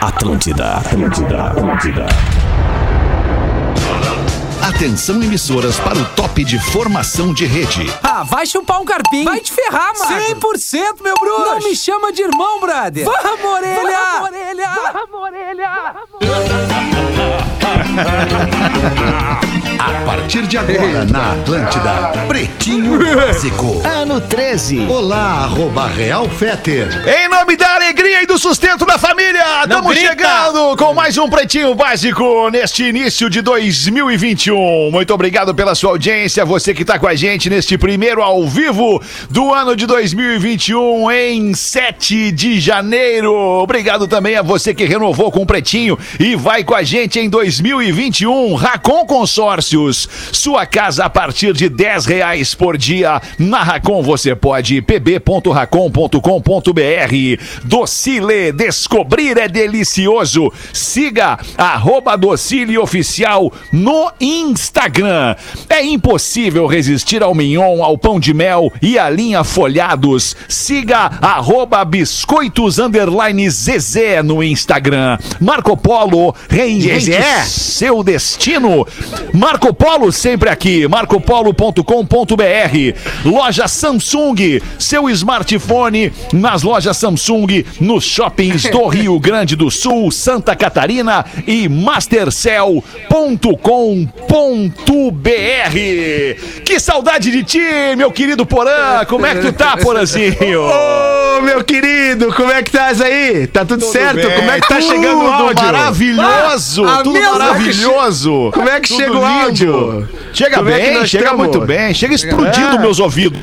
Atlântida, Atlântida, Atlântida. Atenção emissoras para o top de formação de rede. Ah, vai chupar um carpinho. Vai te ferrar, mano. 100%, meu bruxo. Não me chama de irmão, brother. Vamos, orelha. Vamos, orelha. Vamos, orelha. A partir de agora, na Atlântida, Pretinho Básico. Ano 13. Olá, arroba Real Feter. Em nome da alegria e do sustento da família, estamos grita! chegando com mais um Pretinho Básico neste início de 2021. Muito obrigado pela sua audiência, você que está com a gente neste primeiro ao vivo do ano de 2021, em 7 de janeiro. Obrigado também a você que renovou com o Pretinho e vai com a gente em 2021. Racon Consórcios, sua casa a partir de 10 reais por dia. Na Racon você pode pb.racon.com.br. Docile, descobrir é delicioso. Siga arroba Docile Oficial no Instagram. É impossível resistir ao mignon, ao pão de mel e à linha folhados. Siga arroba biscoitos underline Zezé no Instagram. Marco Polo, reinvente Zezé? seu destino. Marco Polo sempre aqui, marcopolo.com.br. Loja Samsung, seu smartphone nas lojas Samsung, nos shoppings do Rio Grande do Sul, Santa Catarina e mastercell.com.br. Que saudade de ti, meu querido Porã. Como é que tu tá, Porãzinho? Ô, meu querido, como é que tá isso aí? Tá tudo, certo? Como é que tá Tudo chegando o áudio? Maravilhoso! Ah, a tudo mesma maravilhoso! Como é que Tudo chega o áudio? Chega Como é que bem, nós chega tamo? muito bem, chega explodindo É. meus ouvidos.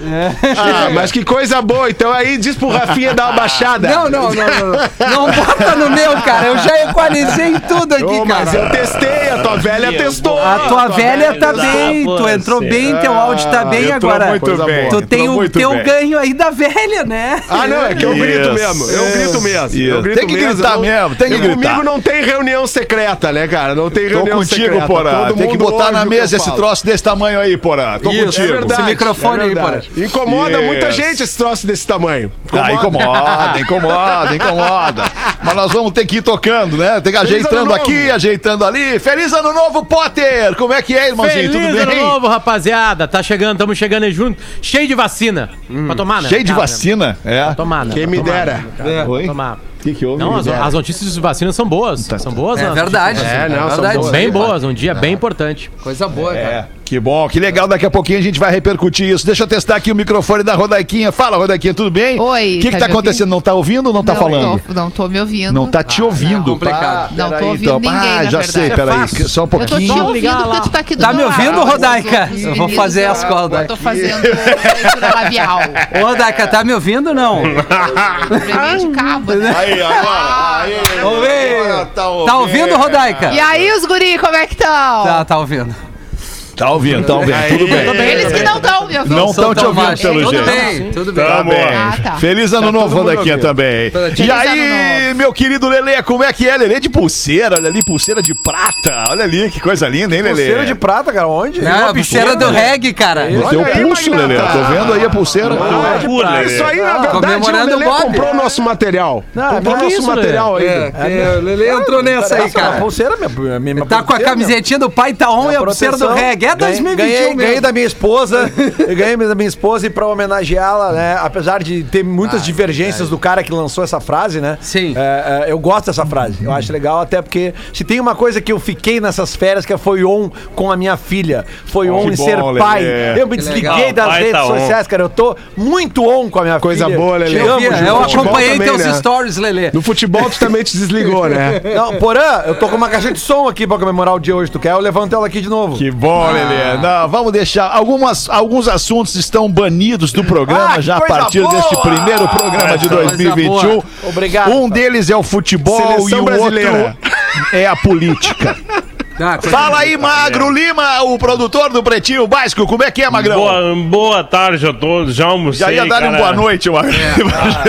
Ah, mas que coisa boa. Então aí diz pro Rafinha dar Ah, uma baixada. Não, não, não, não, não. Não bota no meu, cara. Eu já equalizei tudo aqui, Ô, mas cara. eu testei, a tua velha testou. A tua velha tá bem, tu entrou bem, teu áudio tá bem entrou agora. muito Coisa bem, Tu entrou tem o muito teu bem. ganho aí da velha, né? Ah, não, é que eu grito Isso. mesmo. Eu grito mesmo. Isso. Eu grito Tem que gritar eu- mesmo, tem que eu- gritar. Comigo não tem reunião secreta, né, cara? Não tem Tô reunião contigo, secreta. Porã. Todo Tem que mundo botar na ouve o que eu mesa esse falo. troço desse tamanho aí, Porã. Tô Isso, é contigo. verdade. Esse microfone é aí, verdade. Incomoda Isso. muita gente esse troço desse tamanho. Ah, incomoda, incomoda, incomoda. Mas nós vamos ter que ir tocando, né? Tem que ajeitando ano novo. aqui, ajeitando ali. Feliz ano novo, Potter! Como é que é, irmãozinho? Feliz Tudo ano bem? novo, rapaziada. Tá chegando, estamos chegando aí junto. Cheio de vacina. Pra tomar, né? Hum. Cheio de Cara, vacina. É. Pra tomar, né? Quem Pra me tomar, dera. né, cara? Pra Oi? Tomar. que, que houve? Não, as, as notícias de vacina são boas. São boas, É né? verdade. É, não, é são verdade. São bem boas, um dia bem importante. Coisa boa, cara. É, que bom, que legal. Daqui a pouquinho a gente vai repercutir isso. Deixa eu testar aqui o microfone da Rodaiquinha. Fala, Rodaiquinha, tudo bem? Oi, O que, que tá tá me acontecendo? Não tá ouvindo ou não tá não falando? Tô, não tô me ouvindo. Não tá te Ah, ouvindo. tá? complicado. Não tô peraí, ouvindo ninguém, Ah, na já verdade. sei, peraí. fácil. Só um Eu tô te pouquinho. ouvindo porque tu tá aqui do Tá meu me lado. ouvindo, Os- Rodaica? os Eu vou meninos fazer da- as costas. Eu tô fazendo leitura labial. Ô, Daca, tá me ouvindo ou não? Primeiro de cabo, né? Aí, agora. Aí, Ouvi. agora tá ouvindo. Tá ouvindo, Rodaica? E aí, os guri, como é que estão? Tá, tá ouvindo. Tá ouvindo, tá ouvindo. Tudo bem. Eles que não estão me ouvindo. Não São tão te tão ouvindo, baixos. pelo tudo jeito. bem, tudo bem. Tá bem. Ah, tá. Feliz ano novo, mundo Rodaquinha, ouvindo. também. Feliz E ano aí, meu querido Lele, como é que é, Lele? De pulseira, olha ali, pulseira de prata. Olha ali, que coisa linda, hein, Lele? Pulseira de prata, cara, onde? Não, a pulseira do reggae, cara. É, No teu Olha aí, pulso, Magnata. Lele. Tô vendo aí a pulseira. Ah, Pura, Lelê. isso aí, é na verdade, o comemorando o Lelê Bob. comprou o nosso material. comprou que o nosso isso, material aí. É, que o Lele entrou nessa aí, cara. pulseira, é minha, minha Tá com a camisetinha do Pai tá Taon e a pulseira do reggae. É 2021 ganhei, mesmo. ganhei da minha esposa, eu ganhei da minha esposa e pra homenageá-la, né, apesar de ter muitas divergências do cara que lançou essa frase, né? Ah, é. Sim. é, é, eu gosto dessa frase, eu acho legal até porque se tem uma coisa que eu fiquei nessas férias que é foi on com a minha filha, foi Oh, on que em bom, ser pai. Lelê. Eu me desliguei legal. das Pai redes tá on. sociais, cara, eu tô muito on com a minha Coisa filha. boa, Lelê. Te Eu, amo, vi, Vamos, Ju. eu Ju, futebol acompanhei também, teus né? stories, Lelê. No futebol tu também te desligou, né? Não, Porã, eu tô com uma caixa de som aqui pra comemorar o dia hoje. Tu quer? Eu levanto ela aqui de novo. Que bom, Lelê. Não, vamos deixar. Algumas, alguns assuntos estão banidos do programa Ah, que já a coisa partir boa! deste primeiro programa de 2021. Obrigado. Um deles é o futebol Seleção e o brasileira. outro é a política. É. Tá, coisa- Fala aí, Magro Lima, o produtor do Pretinho Básico. Como é que é, Magrão? Boa, boa tarde a todos, já almocei. Já ia dar um cara. boa noite, Magro. Ah.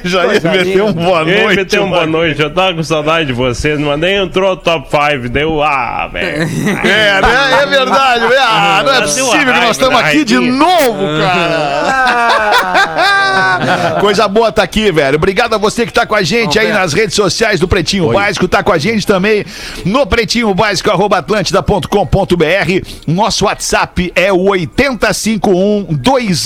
já ia meter um boa Ei, noite. PT, um boa Magro. noite, eu tava com saudade de vocês, mas nem entrou o top 5, deu. Ah, velho. É, né? É verdade. né? Ah, não é Deu uma possível que raiva nós estamos da aqui de raidinha. novo, Uhum. cara. Coisa boa tá aqui, velho. Obrigado a você que tá com a gente aí nas redes sociais do Pretinho Básico. Tá com a gente também no pretinho básico, arroba atlântida.com.br. Nosso WhatsApp é o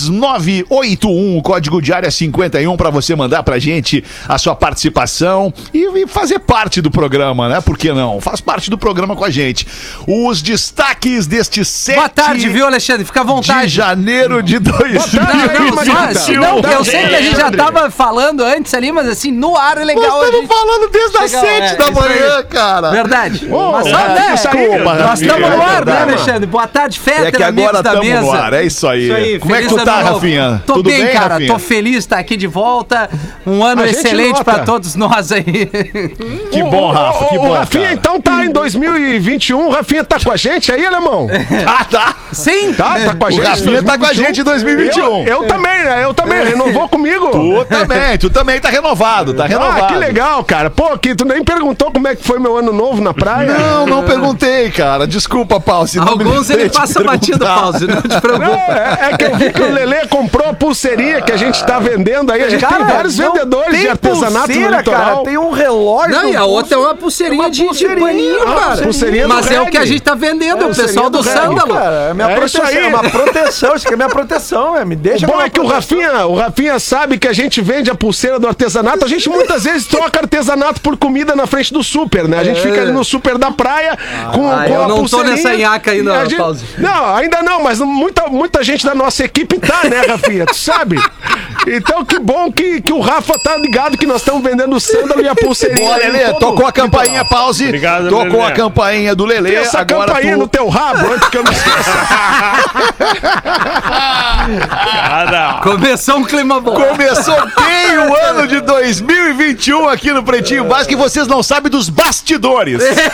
8051-2981. O um. código de área 51 pra você mandar pra gente a sua participação e, e fazer parte do programa, né? Por que não? Faz parte do programa com a gente. Os destaques deste 7 Boa tarde, viu, Alexandre? Fica à de tá vontade. janeiro de Não, mas, mas, 2021. não, eu sei que a gente já tava falando antes ali, mas assim, no ar é Nós legal. a estamos gente- falando desde as Legal, é, 7 da isso aí. manhã, cara. Verdade. mas só, é, né? desculpa, Nós Rafinha, estamos no ar, né, verdade. Alexandre? Boa tarde, Fetter, tá É que amigos agora da estamos mesa. no ar, é isso aí. Isso aí, Como é que feliz tu ano tá, novo. Rafinha? Tô Tudo bem, cara. Rafinha? Tô feliz de estar aqui de volta. Um ano A gente excelente nota. pra todos nós aí. Que bom, Rafa, que Ô, bom. Rafinha, cara. então tá em 2021. O Rafinha tá com a gente aí, alemão? Ah, tá. Sim! Tá, tá com a O gente. Rafinha tá com a gente em 2021. Eu, eu também, né? Eu também. Renovou comigo. Tu também, tu também tá renovado, tá renovado. Ah, que legal, cara. Pô, que tu nem perguntou como é que foi meu ano novo na praia. Não, não perguntei, cara. Desculpa, Pause. não me Alguns lembrei ele de passa perguntar. batido, pause, não te Não, preocupa. é, é que eu vi que o Lelê comprou a pulseirinha que a gente tá vendendo aí. A gente tem vários não vendedores tem de artesanato pulseira, no litoral. Cara, tem um relógio. Não, e a no outra é uma pulseirinha, Uma de- de pulseirinha, paninho, uma cara. pulseirinha do Mas é o que a reggae. gente tá vendendo, o bolso. pessoal do Seria sândalo. Cara, é minha É proteção. isso aí. É uma proteção. Isso aqui é minha proteção, é. Me deixa. O bom com é que o uma Rafinha, o Rafinha sabe que a gente vende a pulseira do artesanato. A gente muitas vezes troca artesanato por comida na frente do super, né? A gente fica ali no super da praia com, Ah, com eu a não tô pulseirinha. nessa nhaca aí, não, E a gente- Pause. Não, ainda não, mas muita, muita gente da nossa equipe tá, né, Rafinha? Tu sabe? Então que bom que, que o Rafa tá ligado que nós estamos vendendo o sândalo e a pulseirinha. Boa, Lelê, Todo- tocou a campainha, pause. Obrigado, tocou Lelê. a campainha do Lelê. Essa agora campainha tu- no teu rabo, antes que eu me esqueça. Cara, Começou um clima bom. Começou bem o ano de 2021 aqui no Pretinho Básico e vocês não sabem dos bastidores. É.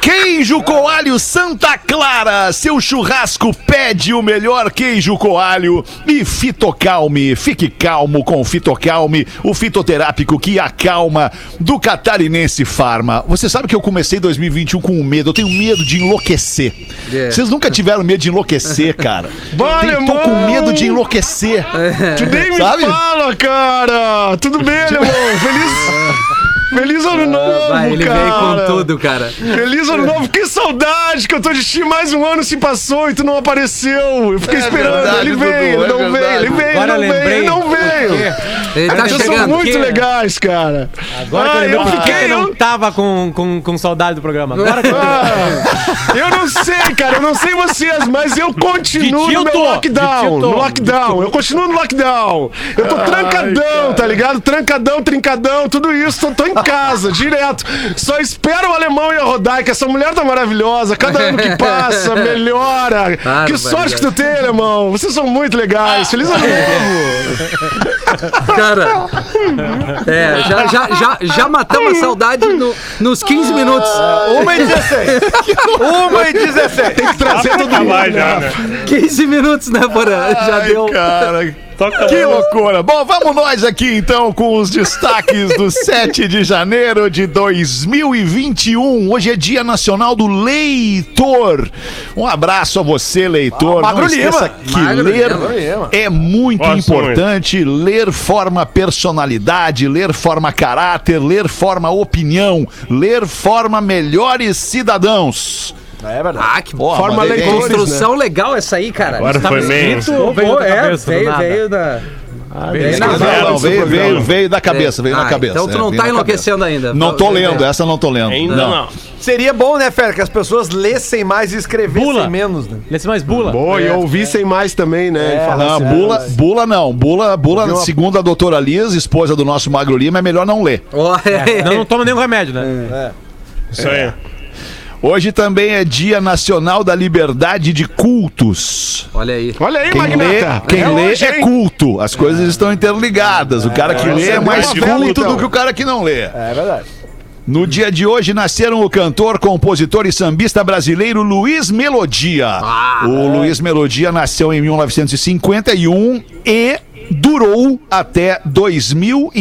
Queijo Coalho Santa Clara. Seu churrasco pede o melhor queijo coalho e Fitocalme. Fique calmo com o Fitocalme, o fitoterápico que acalma do Catarinense Farma. Você sabe que eu comecei 2021 com um medo. Eu tenho medo de enlouquecer. Vocês nunca tiveram medo de enlouquecer, cara. Bah, Tem- tô com alemão! medo de enlouquecer. Tu nem me Sabe? fala, cara! Tudo bem, alemão? Feliz. Feliz ano novo, Ah, Ah, Vai, ele cara! veio com tudo, cara. Feliz ano novo, que saudade que eu tô de ti. Mais um ano se passou e tu não apareceu. Eu fiquei esperando, É verdade, ele veio, Dudu, é ele não veio, verdade. ele veio, Agora ele não veio, ele lembrei não veio. Ele tá Vocês são chegando. muito Que- legais, cara. agora ah, que eu eu fiquei que fiquei, eu não eu, tava com, com, com saudade do programa. Agora que eu Ah, eu não sei, cara, eu não sei vocês, mas eu continuo Vitinho no meu tô, lockdown. Vitinho tô. No lockdown, eu continuo no lockdown. Eu tô trancadão, tá ligado? Trancadão, trincadão, tudo isso. Tô, tô em casa, direto. Só espero o alemão e a Rodaica. Essa mulher tá maravilhosa. Cada ano que passa, melhora. Claro, que sorte que tu tem, alemão. Vocês são muito legais. Feliz ano novo. Cara, é, já, já, já, já matamos a saudade no- nos 15 minutos. 1 e 16. 1 e 16. Tem que trazer todo tá mundo. mais já, né? 15 minutos, né, Porã? Já Ai, deu. cara. Toca Que loucura! Bom, vamos nós aqui então com os destaques do 7 de janeiro de 2021. Hoje é Dia Nacional do Leitor. Um abraço a você, leitor. Ah, Não esqueça que ler é muito Gosto importante. Ler forma personalidade, ler forma caráter, ler forma opinião, ler forma melhores cidadãos. É verdade. Ah, que Porra, boa. é Forma mandei bem. leitor. Construção legal essa aí, cara. é, Agora tava foi meio. escrito ou veio da cabeça do nada? da. Bem Não, legal. não, é, veio, veio, veio da cabeça, veio Ah, na cabeça. Então tu né? não Veio tá na cabeça. enlouquecendo É, ainda. Não tô lendo, essa eu não tô lendo. Ainda não. Seria bom, né, Fera, que as pessoas lessem mais e escrevessem Bula. menos, né? Nesse mais bula. Pô, e eu ouvi sem mais também, né? Ele fala Não, é assim, Ah, bula, bula não. Bula, bula segundo a doutora Liz, esposa do nosso Magro Lima, é melhor não ler. Ó, é. Não, não toma nenhum remédio, É. né? Isso aí. Hoje também é Dia Nacional da Liberdade de Cultos. Olha aí. Olha aí, Quem lê, Magnata. quem lê hoje, é hein? culto. As coisas estão interligadas. O cara que lê essa é é mais uma culto vela, então. do que o cara que não lê. É verdade. No dia de hoje nasceram o cantor, compositor e sambista brasileiro Luiz Melodia. o Luiz Melodia nasceu em 1951 e durou até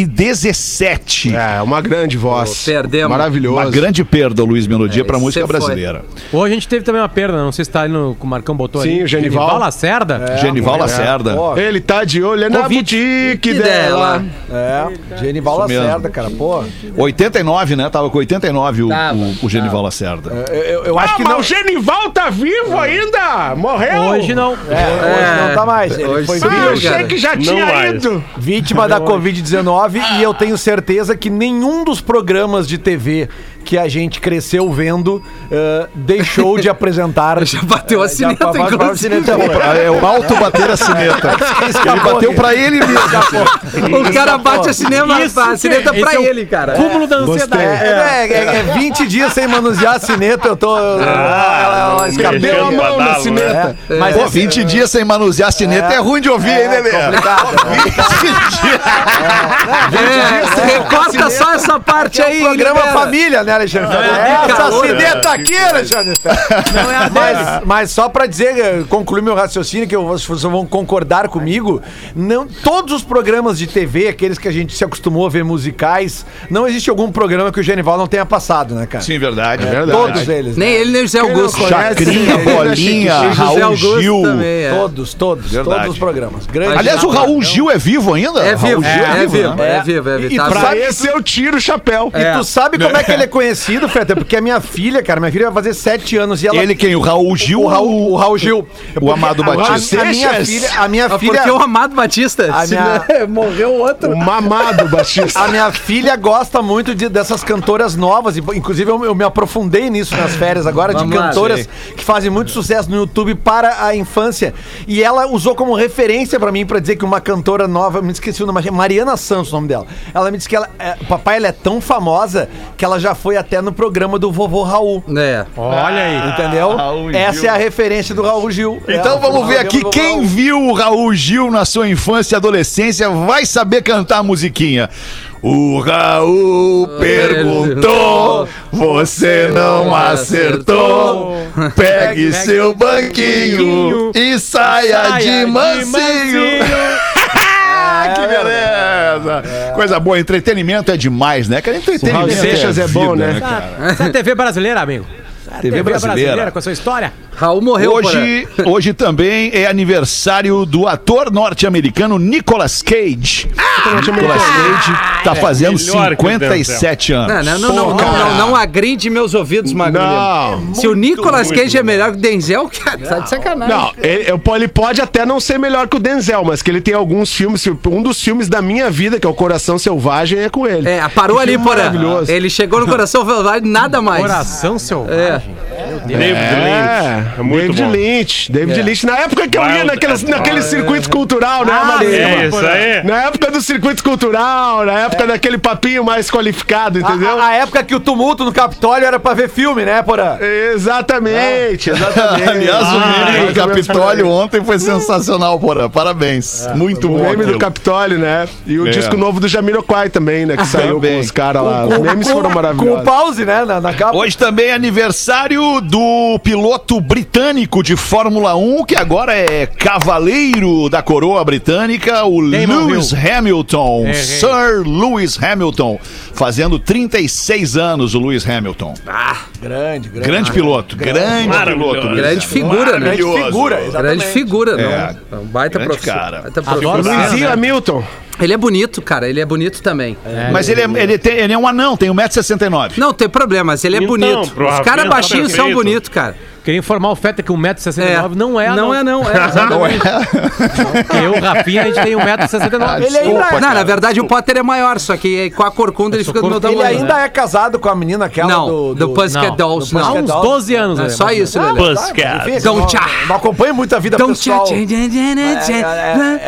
2017. É, uma grande voz. Pô, perdemos. Maravilhoso. É. Uma grande perda, Luiz Melodia, É, pra música cê foi. brasileira. Hoje a gente teve também uma perda, não sei se tá ali no, que o Marcão botou Sim, ali. o Genival. Lacerda? Genival Lacerda. Pô, Ele tá é. de olho na Covid. boutique Que dela. dela. é, Genival Isso mesmo. Lacerda, cara, pô. 89, né? Tava com 89 o, Tava. o, o Genival Lacerda. Eu, eu- eu acho Ah, que mas não. o Genival tá vivo ainda? Morreu? Ah. Hoje não. Hoje não tá mais. Ele hoje foi sim. Ah, eu achei cara. que já Não tinha mais. ido. vítima da Covid-19 e eu tenho certeza que nenhum dos programas de TV que a gente cresceu vendo eh, deixou de apresentar. Eh, Já bateu a sineta, bateu a inclusive. sineta. Pô, pra- É o alto bater a sineta. Ele bateu pra ele mesmo. O cara bate a cinema, a cineta esse pra é o ele, cara. Cúmulo da ansiedade. É, é, é, é 20 dias sem manusear a sineta, eu tô. ela- ela- ela- mexendo Deu a pra mão na dar, né? cineta. é, mas Pô, esse- 20 dias sem manusear a sineta é, ruim de ouvir, hein, Lelê? É, recorta só essa parte É aí. é Programa libera. Família, né, Alexandre? é tá Essa calor, cineta aqui, Alexandre. Não é a mas, mas só pra dizer, eh, concluir meu raciocínio, que eu- vocês vão concordar comigo, não, todos os programas de TV, aqueles que a gente se acostumou a ver musicais, não existe algum programa que o Genival não tenha passado, né, cara? Sim, verdade. Todos eles. né? Nem ele, nem o José Augusto. Chacrinha, Bolinha, E José Raul Augusto Gil. também, é. Todos, todos, Verdade. todos os programas. Grande. Aliás, o Raul Gil é vivo ainda? É Raul vivo, Gil é vivo, né? é vivo, é vivo. E tá pra- Pra vivo. esse eu tiro o chapéu. E tu sabe como é que ele é conhecido, Feta? Porque a minha filha, cara, minha filha vai fazer 7 anos e ela é Ele é quem? O Raul Gil? o Raul, o Raul Gil. O Amado Batista. A, a minha filha, a minha Ah, filha, Porque o Amado Batista a se- minha- morreu outro. O mamado a Batista. minha filha gosta muito de- dessas cantoras novas. e, Inclusive, eu, eu me aprofundei nisso nas férias agora, de Vamos lá, cantoras que fazem muito sucesso no YouTube para a infância. E ela usou como referência pra mim, pra dizer que uma cantora nova, eu me esqueci o nome, Mariana Santos, o nome dela. Ela me disse que ela, é, papai, ela é tão famosa que ela já foi até no programa do vovô Raul. É. Olha aí. Entendeu? Ah, Raul Essa Gil. é a referência do Raul Gil. Então Ela foi vamos no ver programa aqui do vovô quem Raul. viu o Raul Gil na sua infância e adolescência vai saber cantar a musiquinha. O Raul perguntou, você não acertou. Pegue seu banquinho e saia de mansinho. Ah, que beleza! Coisa boa, entretenimento é demais, né? Cara, entretenimento. Raul Seixas é bom, né? cara? Essa é a TV brasileira, amigo. Essa é a TV brasileira. com a sua história. Raul morreu Hoje, hoje também é aniversário do ator norte-americano Nicolas Cage. Ah! Nicolas Cage É, tá fazendo melhor que o 57 Não, anos. não, não, não, não, não, não agride meus ouvidos, Magro. Lima. Se o Nicolas Cage é melhor que o Denzel, cara, tá de sacanagem. Não, ele, eu- É, ele pode até não ser melhor que o Denzel, mas que ele tem alguns filmes. Um dos filmes da minha vida, que é o Coração Selvagem, é com ele. É, parou ali, Porã. maravilhoso. Ele chegou no coração selvagem, nada mais. É, Coração selvagem. David Lynch. É muito David bom. Lynch, David É. Lynch. Na época que eu ia Wild naqueles, at naquele Heart. circuito cultural, Ah, né, Amadeu? É isso aí. Na época do circuito cultural, na época daquele papinho mais qualificado, entendeu? A, a época que o tumulto no Capitólio era pra ver filme, né, Porã? Exatamente, exatamente. Ah, Aliás, o meme do exatamente. Capitólio ontem foi sensacional, porra. Parabéns. Muito é. O bom. meme do aquilo. Capitólio, né? E o É. disco novo do Jamiroquai também, né? Que saiu Também. com os caras lá. Os memes foram Com o maravilhosos. pause, né, na, na capa. Hoje também é aniversário do piloto britânico de Fórmula 1, que agora é cavaleiro da coroa britânica, o Damon Lewis Hamilton. Sir Lewis Hamilton. Fazendo 36 anos o Lewis Hamilton. Grande, Ah, grande. grande piloto. Grande, Maravilhoso. piloto. Lewis Grande Hamilton. figura, né? Grande figura, Grande exatamente. figura, É. não. É um baita Grande profissional. cara. Baita Adoro profissional. Luizinho. Luizinho Hamilton. Ele é bonito, cara. Ele é bonito também. Mas ele é, ele, tem- ele é um anão, tem 1,69m. Não, tem problema, mas ele é Então, bonito. pro Os caras Rafinha, baixinhos tá são perfeito. bonitos, cara. Queria informar o Feta que 1,69m não é. Não é, não. É, exatamente. Não é? Eu, Rafinha, a gente tem Ah, 1,69m. Ele ainda, não, na verdade o Potter é maior, só que com a corcunda ele fica do meu corcunda- ele tamanho. né? ainda é casado com a menina aquela Não, do... Ah, do Pussycat Não, Dolls, do Há é não. Pussycat uns 12 anos, É né? só isso, Lelê. Buscar. Enfim, Don't não, cha. não acompanho muito a vida Don't pessoal. cha- cha- cha- cha- É, é,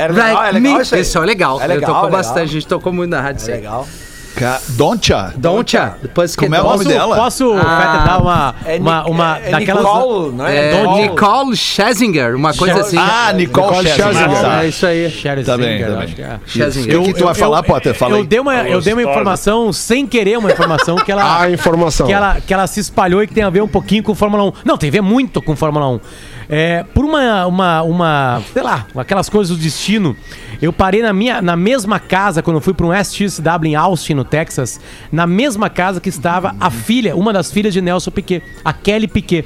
é, é cha- legal, é legal me. isso aí. Esse é legal. É legal, Ele tocou legal. bastante, a gente tocou muito na rádio. isso aí. É Legal. Ca- Doncha? Doncha, depois que Como é o nome Posso, dela? posso Feta, dar Ah, uma, É uma, Nic- uma é daquelas... Nicole, não é? É, Don't- Nicole Scherzinger, uma coisa assim. Ah, Nicole, Nicole Scherzinger. Scherzinger. Tá. É isso aí. Scherzinger, Tá bem, tá eu bem. acho que é. Scherzinger. O que, que tu vai falar, Potter? Fala Eu aí. dei, uma, eu dei uma Gostosa. informação, sem querer, uma informação que ela. Ah, então. informação. Que ela, que ela se espalhou e que tem a ver um pouquinho com Fórmula 1. Não, tem a ver muito com Fórmula 1. É, por uma, uma, uma. Sei lá, aquelas coisas do destino. Eu parei na, minha, na mesma casa, quando eu fui para um SXW em Austin, no Texas, na mesma casa que estava a filha, uma das filhas de Nelson Piquet, a Kelly Piquet.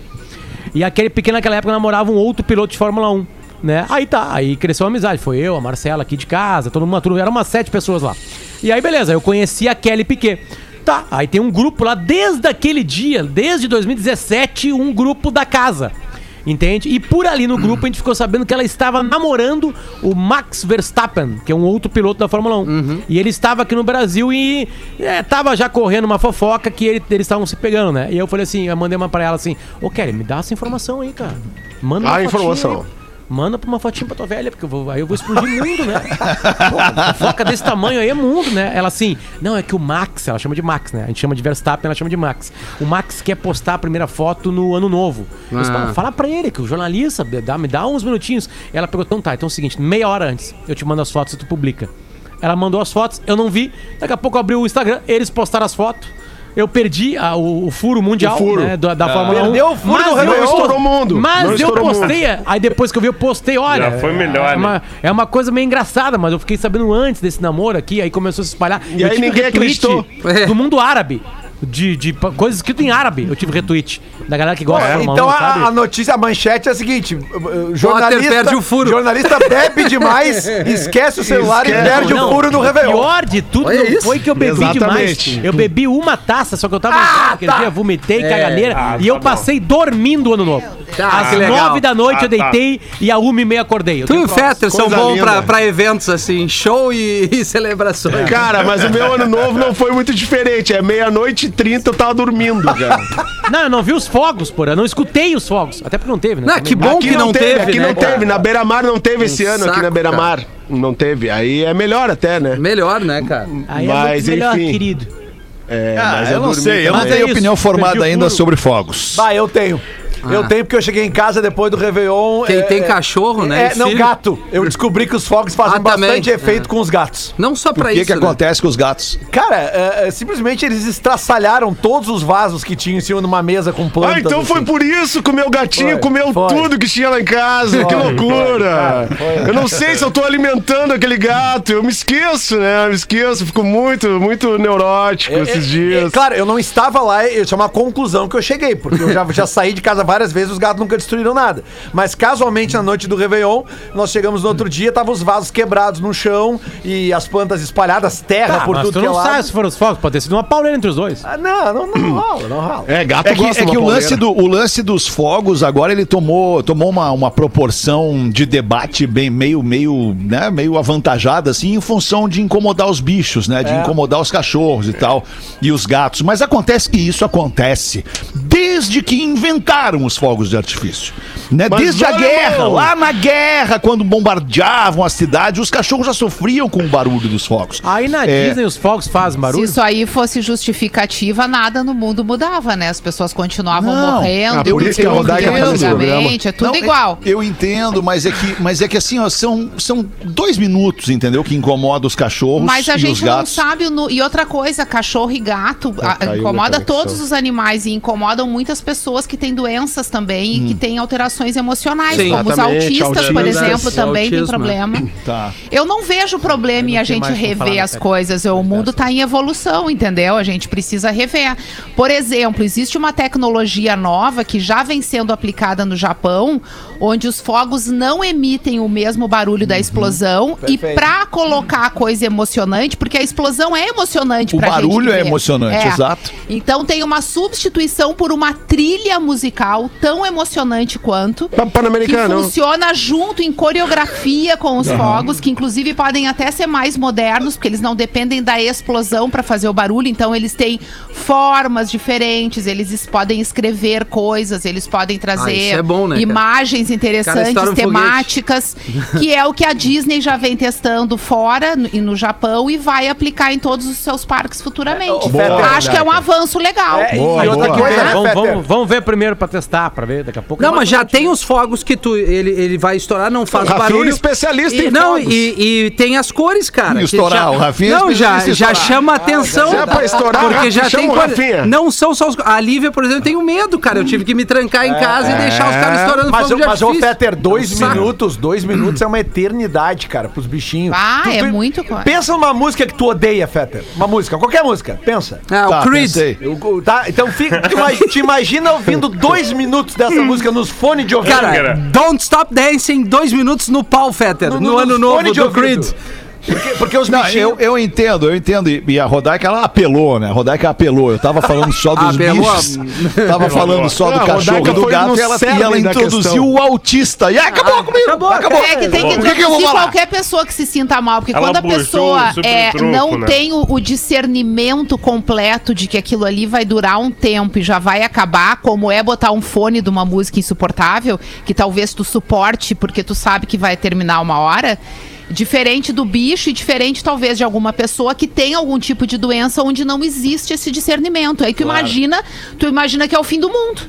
E aquele pequeno naquela época namorava um outro piloto de Fórmula 1. Né? Aí tá, aí cresceu a amizade. Foi eu, a Marcela aqui de casa, todo mundo, uma turma, eram umas sete pessoas lá. E aí, beleza, eu conheci a Kelly Piquet. Tá, aí tem um grupo lá desde aquele dia, desde 2017, um grupo da casa. Entende? E por ali no grupo a gente ficou sabendo que ela estava namorando o Max Verstappen, que é um outro piloto da Fórmula 1. Uhum. E ele estava aqui no Brasil e é, tava já correndo uma fofoca que ele- eles estavam se pegando, né? E eu falei assim, eu mandei uma pra ela assim, ô Kelly, me dá essa informação aí, cara. Manda uma Ah, fotinha informação. aí. Manda pra uma fotinha pra tua velha, porque eu vou, aí eu vou explodir mundo, né? Pô, fofoca desse tamanho aí é mundo, né? Ela assim, não, é que o Max, ela chama de Max, né? A gente chama de Verstappen, ela chama de Max. O Max quer postar a primeira foto no ano novo. Eu disse, Ah. "Pô, Fala pra ele, que o jornalista, me dá, me dá uns minutinhos. Ela pegou, então tá, então é o seguinte, meia hora antes, eu te mando as fotos e tu publica. Ela mandou as fotos, eu não vi, daqui a pouco eu abri o Instagram, eles postaram as fotos. Eu perdi a- o, o furo mundial furo. É. né, da, da Fórmula 1. Perdeu o furo mas do eu Réveillon. estou- Estourou o mundo. Não Mas eu estourou o mundo. postei, aí depois que eu vi, eu postei, olha. Já foi melhor, é uma, né? é uma coisa meio engraçada, mas eu fiquei sabendo antes desse namoro aqui, aí começou a se espalhar. E aí ninguém acreditou. Do mundo árabe. De, de pa- coisas escritas em árabe. Eu tive retweet da galera que Pô, gosta de Fórmula então 1, a, é sabe? a notícia, a manchete é a seguinte: uh, uh, jornalista, perde o furo. jornalista bebe demais, esquece o celular e perde Não, o furo no Réveillon. pior de tudo Olha não isso. foi que eu bebi demais. Eu bebi uma taça, só que eu tava em casa aquele dia, vomitei, caganeira, Ah, e tá eu passei dormindo o ano novo. Ah, Às que legal. nove da noite Ah, eu deitei e a uma e meia acordei. Eu Tu e tenho o provas. Fetter são Coisa bons linda. É. pra, pra eventos assim, show e, e celebrações. Cara, mas o meu ano novo não foi muito diferente. É meia-noite e trinta, eu tava dormindo, cara. Não, eu não vi os fogos, porra. Eu não escutei os fogos. Até porque não teve, né? Não, que bom que não teve, aqui né, não cara? teve. Na beira-mar não teve esse ano, aqui na saco, beira-mar. Não teve. Aí é melhor até, né? Melhor, né, cara? Aí é Mas, muito melhor, enfim. querido. É, Ah, eu não dormi sei, eu não também. tenho Mas é opinião isso, formada perdi o ainda furo. sobre fogos. Bah, eu tenho. Eu tenho porque eu cheguei em casa depois do Réveillon. Ah. Quem é, tem é, cachorro, né? É, e não, filho, gato. Eu descobri que os fogos fazem Ah, também. bastante efeito com os gatos. Não só pra O que, isso. é que né? acontece com os gatos? Cara, é, é, simplesmente eles estraçalharam todos os vasos que tinham em cima de uma mesa com plantas. Ah, então foi assim. por isso que o meu gatinho Foi, comeu foi. tudo que tinha lá em casa. que loucura! Eu não sei se eu tô alimentando aquele gato. Eu me esqueço, né? Eu me esqueço. Fico muito, muito neurótico esses É, dias. claro, eu não estava lá, isso é uma conclusão que eu cheguei, porque eu já, já saí de casa várias vezes, os gatos nunca destruíram nada. Mas casualmente, na noite do Réveillon, nós chegamos no outro dia, estavam os vasos quebrados no chão e as plantas espalhadas, terra Tá, Ah, por mas tudo tu que é não sabe lado. se foram os fogos. Pode ter sido uma pauleira entre os dois. Ah, não, não, não rola, não rola. É, gato É que, é que o, lance do, o lance dos fogos agora ele tomou, tomou uma, uma proporção de debate bem meio meio né, meio avantajada assim em função de incomodar os bichos, né, de incomodar os cachorros e tal e os gatos. Mas acontece que isso acontece desde que inventaram os fogos de artifício, né? Mas Desde a olha, guerra, irmão! lá na guerra quando bombardeavam a cidade, os cachorros já sofriam com o barulho dos fogos. Aí na É. Disney os fogos fazem Se barulho. isso aí fosse justificativa, nada no mundo mudava, né? As pessoas continuavam Não. morrendo. Ah, por isso que a Rodaica faz esse antigamente, É tudo tá Não, é- igual. Eu entendo, mas é que, mas é que assim, ó, são, são dois minutos, entendeu? Que incomoda os cachorros Mas e a os gente não gatos. sabe. o nu- E outra coisa, cachorro e gato a- caiu incomoda minha conexão. todos os animais e incomodam muitas pessoas que têm doenças também e que têm alterações emocionais, Sim. né? como os Exatamente, autistas, por autistas, exemplo, também tem autismo, problema. Tá. Eu não vejo problema em a gente mais pra falar, rever né, as cara? coisas. O mundo está em evolução, entendeu? A gente precisa rever. Por exemplo, existe uma tecnologia nova que já vem sendo aplicada no Japão, onde os fogos não emitem o mesmo barulho Uhum. da explosão. E Perfeito. para colocar a coisa emocionante, porque a explosão é emocionante O pra gente barulho é viver. emocionante, exato. Então tem uma substituição por uma trilha musical tão emocionante quanto. Pa- Pan-Americano. Que funciona junto em coreografia com os fogos, que inclusive podem até ser mais modernos, porque eles não dependem da explosão para fazer o barulho, então eles têm formas diferentes, eles es- podem escrever coisas, eles podem trazer isso é bom, né, cara? imagens Cara, interessantes, estoura um temáticas, que é o que a Disney já vem testando fora no- e no Japão e vai aplicar em todos os seus parques futuramente. Boa. Acho que é um avanço legal. É, Boa, e outra boa. coisa, né, vamos, Peter? vamos, vamos ver primeiro pra testar, pra ver daqui a pouco. Não, mas já tem os fogos que tu, ele, ele vai estourar, não faz O Rafinha é barulho. especialista e, em não, fogos. E, e tem as cores, cara. Em que estourar, já- o Rafinha é Não, já, especialista em já estourar. chama atenção. já é pra estourar, porque Rafinha, já tem chama o coisa- Rafinha. Não são só os. A Lívia, por exemplo, tem um medo, cara. Eu tive que me trancar em casa e deixar os caras estourando Mas, fogo eu- de mas ô, artifício. Peter, É um dois saco. minutos, dois minutos é uma eternidade, cara, pros bichinhos. Ah, é muito coisa. Pensa numa música que tu odeia, Fetter. Uma música, qualquer música, pensa. Ah, Tá, o Creed. pensei. Eu- eu- tá? Então fica, te, ima- te imagina ouvindo dois minutos dessa música nos fones de ouvido. Cara, Don't Stop Dancing, dois minutos no pau, Fetter. No, ano nos fones novo de do ouvido. Creed. Porque, porque os Não, eu, bichinhos... eu entendo, eu entendo. E, e a Rodaica, ela apelou, né? A Rodaica apelou. Eu tava falando só dos Apelou, bichos. Tava falando só É, do a cachorro Rodaica e do foi gato. no E ela, cerne e ela da introduziu questão. Ah, o autista. E aí, acabou comigo. acabou, acabou. É que tem que O que, que eu vou introduzir falar? qualquer pessoa que se sinta mal, porque Ela quando a burchou pessoa sobre o é, tronco, não né? tem o, o discernimento completo de que aquilo ali vai durar um tempo e já vai acabar, como é botar um fone de uma música insuportável, que talvez tu suporte porque tu sabe que vai terminar uma hora. Diferente do bicho e diferente, talvez, de alguma pessoa que tem algum tipo de doença onde não existe esse discernimento. Aí tu imagina, tu imagina que é o fim do mundo.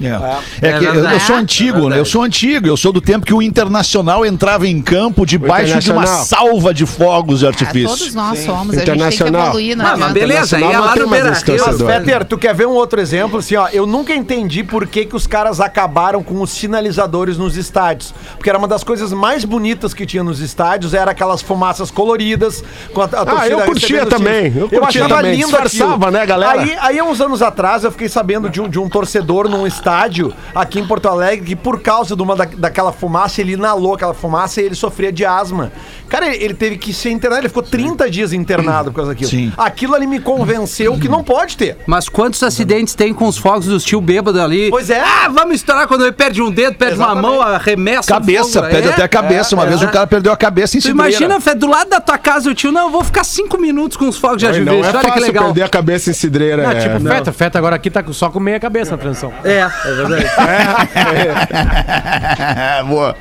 É, que eu, eu verdade. sou antigo, né? Eu sou antigo. Eu sou do tempo que o Internacional entrava em campo debaixo de uma Internacional. salva de fogos de Ah, todos artifício. nós somos, a gente tem Tipo que Internacional. evoluir, né? Ah, mas beleza, aí é Internacional lá tem no mais Beira esse torcedor. Rio. Peter, tu quer ver um outro exemplo? Assim, ó, eu nunca entendi por que, que os caras acabaram com os sinalizadores nos estádios. Porque era uma das coisas mais bonitas que tinha nos estádios, era aquelas fumaças coloridas. Com a, a Ah, eu curtia recebendo os tiros. também, eu Eu, curtia achava também, lindo aquilo. disfarçava, né, galera? Aí, aí, uns anos atrás, eu fiquei sabendo de um, de um torcedor num estádio aqui em Porto Alegre que, por causa de uma da- daquela fumaça, ele inalou aquela fumaça e ele sofria de asma. Cara, ele, ele teve que ser internado, ele ficou 30 dias internado por causa daquilo. Sim. Aquilo ali me convenceu que não pode ter. Mas quantos acidentes tem com os fogos dos tio bêbado ali? Pois é. Ah, vamos estourar quando ele perde um dedo, perde uma mão, arremessa. o Cabeça, fogo, perde é? até a cabeça. Uma é, vez é. o cara perdeu a cabeça em Tu cidreira. imagina, Fé, do lado da tua casa, o tio, não, eu vou ficar cinco minutos com os fogos de Ai, Não artifício. é Olha que fácil legal. perder a cabeça em cidreira. Ah, é. tipo, Feta, Feta agora aqui tá com- só com meia cabeça na transição. É, é verdade. Boa.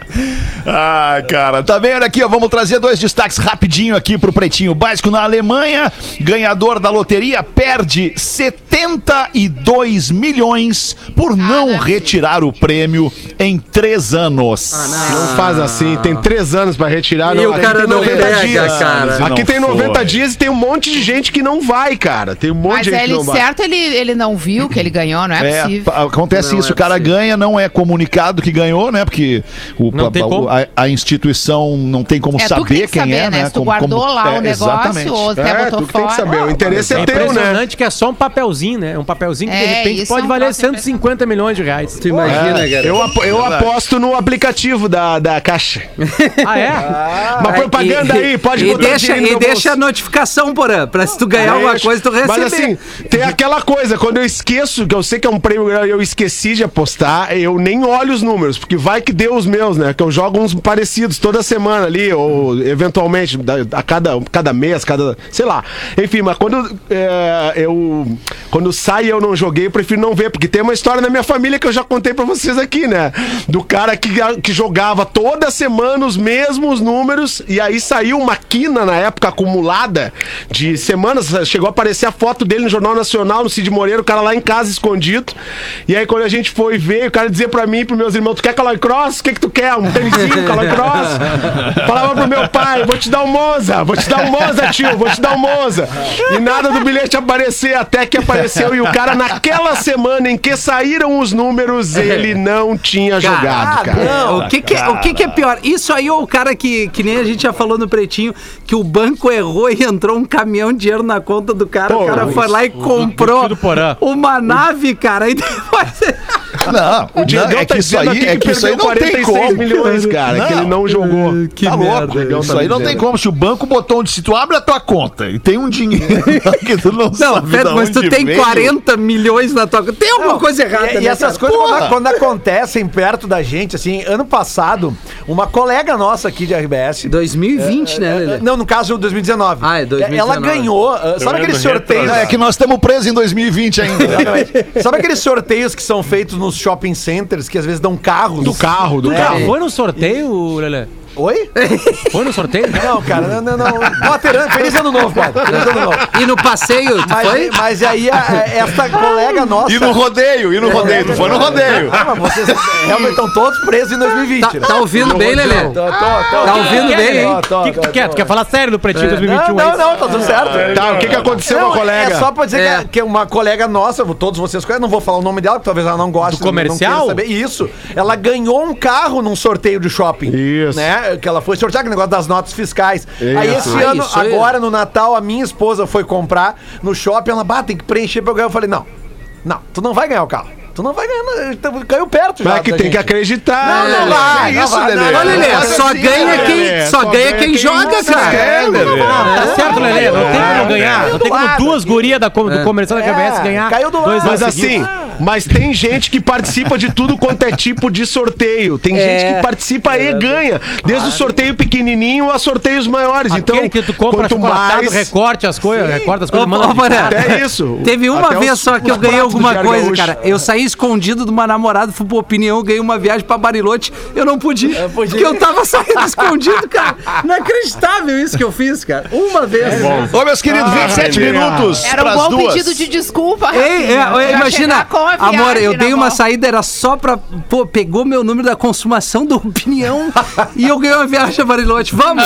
Ah, cara. Tá vendo aqui, ó. Vamos trazer dois destaques rapidinho aqui pro Pretinho Básico. Na Alemanha, ganhador da loteria perde 72 milhões por não retirar o prêmio em três anos. Ah, Não Ah. faz assim, tem três anos pra retirar. E não- o aqui cara tem não 90 pega, dias. cara. Aqui Não tem 90 foi. dias e tem um monte de gente que não vai, cara. Tem um monte Mas de é gente que ele, não vai. certo, né? ele, ele não viu que ele ganhou, não é, É, possível. pa- acontece Não isso, é o cara possível. ganha, não é comunicado que ganhou, né? Porque o, Não pa- tem o- como. a, a instituição não tem como É tu que saber tem que quem saber, é, né? né? Se tu guardou lá o negócio ou até É, botou tu que tem que fora. saber. O interesse É é teu, né? impressionante que é só um papelzinho, né? É um papelzinho que de É, repente isso é pode um valer troço 150 milhões de reais. É. Tu imagina, cara. Eu, apo- eu aposto no aplicativo da, da Caixa. Ah, é? Uma propaganda E- aí, pode e botar deixa, dinheiro E no deixa a bolso. notificação, Porã, pra se tu ganhar alguma Deixa. coisa, tu receber. Mas assim, tem aquela coisa, quando eu esqueço, que eu sei que é um prêmio grande, eu esqueci de apostar, eu nem olho os números, porque vai que deu os meus, né? Que eu jogo uns parecidos toda semana ali, ou eventualmente, da- a cada, cada mês, cada. sei lá. Enfim, mas quando é, eu. Quando sai e eu não joguei, eu prefiro não ver, porque tem uma história na minha família que eu já contei pra vocês aqui, né? Do cara que, que jogava toda semana os mesmos números, e aí saiu uma quina na época acumulada de semanas, chegou a aparecer a foto dele no Jornal Nacional, no Cid Moreira, o cara lá em casa escondido. E aí quando a gente foi ver, o cara dizia pra mim e pros meus irmãos: Tu quer Caloi Cross? O que, que tu quer? Um tênisinho, Caloi Cross? Falava pro meu pai: Vou te dar um Monza, vou te dar um Monza, tio, vou te dar um Monza. E nada do bilhete aparecer, até que apareceu. E o cara, naquela semana em que saíram os números, ele não tinha jogado, cara. Não, o que que, o que que é pior? Isso aí é o cara que, que nem a gente já falou no Pretinho, que o banco errou e entrou um caminhão de dinheiro na conta do cara. Pô, o cara foi lá e comprou do Porã. uma nave, cara. E depois... Não, o Diego não, é tá que isso dizendo aí, aqui é que que isso aí perdeu não tem 46 como. milhões, cara, que ele não jogou. Que tá merda. louco, Legal, isso tá aí não dizendo. tem como. Se o banco botou onde se tu abre a tua conta e tem um dinheiro que tu não, Não, sabe Pedro, da mas tu onde tem veio. 40 milhões na tua. Tem alguma coisa errada, E, e né, essas cara? coisas, quando, quando acontecem perto da gente, assim, ano passado, uma colega nossa aqui de RBS. 2020, né, Lelê? Não, no caso 2019. Ah, é 2019. Ela ganhou. ah, Sabe aquele lembro, sorteio? Não, é que nós estamos presos em 2020 ainda. Exatamente. Sabe aqueles sorteios que são feitos nos shopping centers, que às vezes dão carros? Do carro, do É. Cara, carro. foi no sorteio, Lelê? Oi? Foi no sorteio? Não, cara, não, não, não. Potter, né? feliz ano novo, Potter. Feliz ano novo. E no passeio, tu foi? Mas, mas aí, a- essa colega nossa. e no rodeio, e no rodeio. Tu foi no rodeio. Ah, mas vocês realmente estão todos presos em 2020. Tá, né? tá ouvindo bem, Lelê? Tá Tá ouvindo bem, hein? O que, que é? tu quer? Tu quer falar sério do Pretinho 2021? Não, é não, isso? não, tá tudo É, certo. Tá, o que, que aconteceu com Não, a colega? É só pra dizer É. que, que uma colega nossa, todos vocês conhecem, não vou falar o nome dela, porque talvez ela não goste. Do comercial? Não, não queira saber. Isso. Ela ganhou um carro num sorteio de shopping. Isso. Né? Que ela foi sortear, que negócio das notas fiscais. Aí esse Ah, ano, isso aí. agora no Natal, a minha esposa foi comprar no shopping, ela, bah, tem que preencher pra eu ganhar. Eu falei, não, não, tu não vai ganhar o carro. Tu não vai ganhar, não, tu caiu perto já. Mas é que da tem que gente. acreditar. Não, não Lelê. É vai, Que não isso, vai, não Lelê? vai, Olha, Lelê, Faz só assim, ganha Lelê. quem, só ganha quem joga, É, cara. Lelê. Tá certo, Lelê. Não tem como não ganhar. Não tem como lado, duas gurias da, com- do comercial da É, KBS ganhar. caiu do dois lado. Mas anos seguidos. assim, mas tem gente que participa de tudo quanto é tipo de sorteio. É. Tem gente que participa e ganha. Desde o sorteio pequenininho a sorteios maiores. Aquele então, que tu compra um quanto chocolatado, mais... recorte as coisas, recorta as coisas, Ô, manda ô, de- Porã, Até isso. Teve uma Até vez os- só que os eu ganhei pratos do alguma Diário coisa, Gaúcho. cara. Eu saí escondido de uma namorada, fui pro opinião, ganhei uma viagem pra Barilote. Eu não podia, porque eu tava saindo escondido, cara. Inacreditável isso que eu fiz, cara. Uma vez. É Ô, meus queridos, 27 minutos Era um pras bom duas. pedido de desculpa, Ei, é, Rafinha. é, Pra imagina, chegar com a viagem né, amor, eu na dei uma mão. saída, era só pra. Pô, pegou meu número da consumação da opinião e eu ganhei uma viagem a Barilote. Vamos!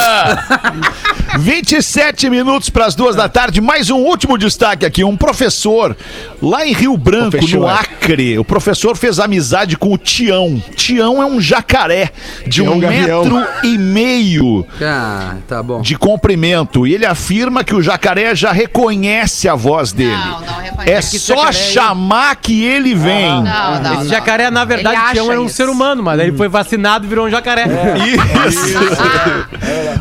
27 minutos para as duas da tarde. Mais um último destaque aqui. Um professor lá em Rio Branco, no Professor. é. Acre. O professor fez amizade com o Tião. Tião é um jacaré de Tião um Gavião. metro e meio Ah, tá bom. de comprimento. E ele afirma que o jacaré já reconhece a voz dele. Não, não reconhece. É Que só jacaré é Ah, esse? chamar que ele vem. Não, não. Esse não. jacaré, na Ele verdade, acha Tião é era um isso. ser humano, mas Hum. ele foi vacinado e virou um jacaré. Isso.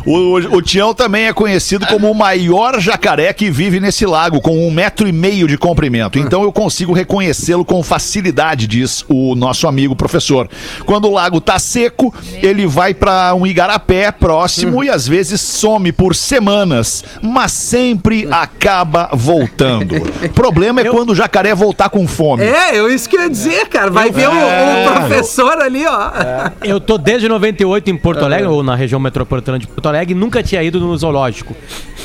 O, o- o Tião também é conhecido como o maior jacaré que vive nesse lago, com um metro e meio de comprimento. Então eu consigo reconhecê-lo com facilidade, diz o nosso amigo professor. Quando o lago tá seco, ele vai para um igarapé próximo e às vezes some por semanas, mas sempre acaba voltando. O problema é quando o jacaré voltar com fome. É, eu isso que eu ia dizer, cara. Vai ver o, o professor ali, ó. Eu tô desde 98 em É Porto Alegre, ou na região metropolitana de Porto Alegre, e nunca tinha ido no zoológico.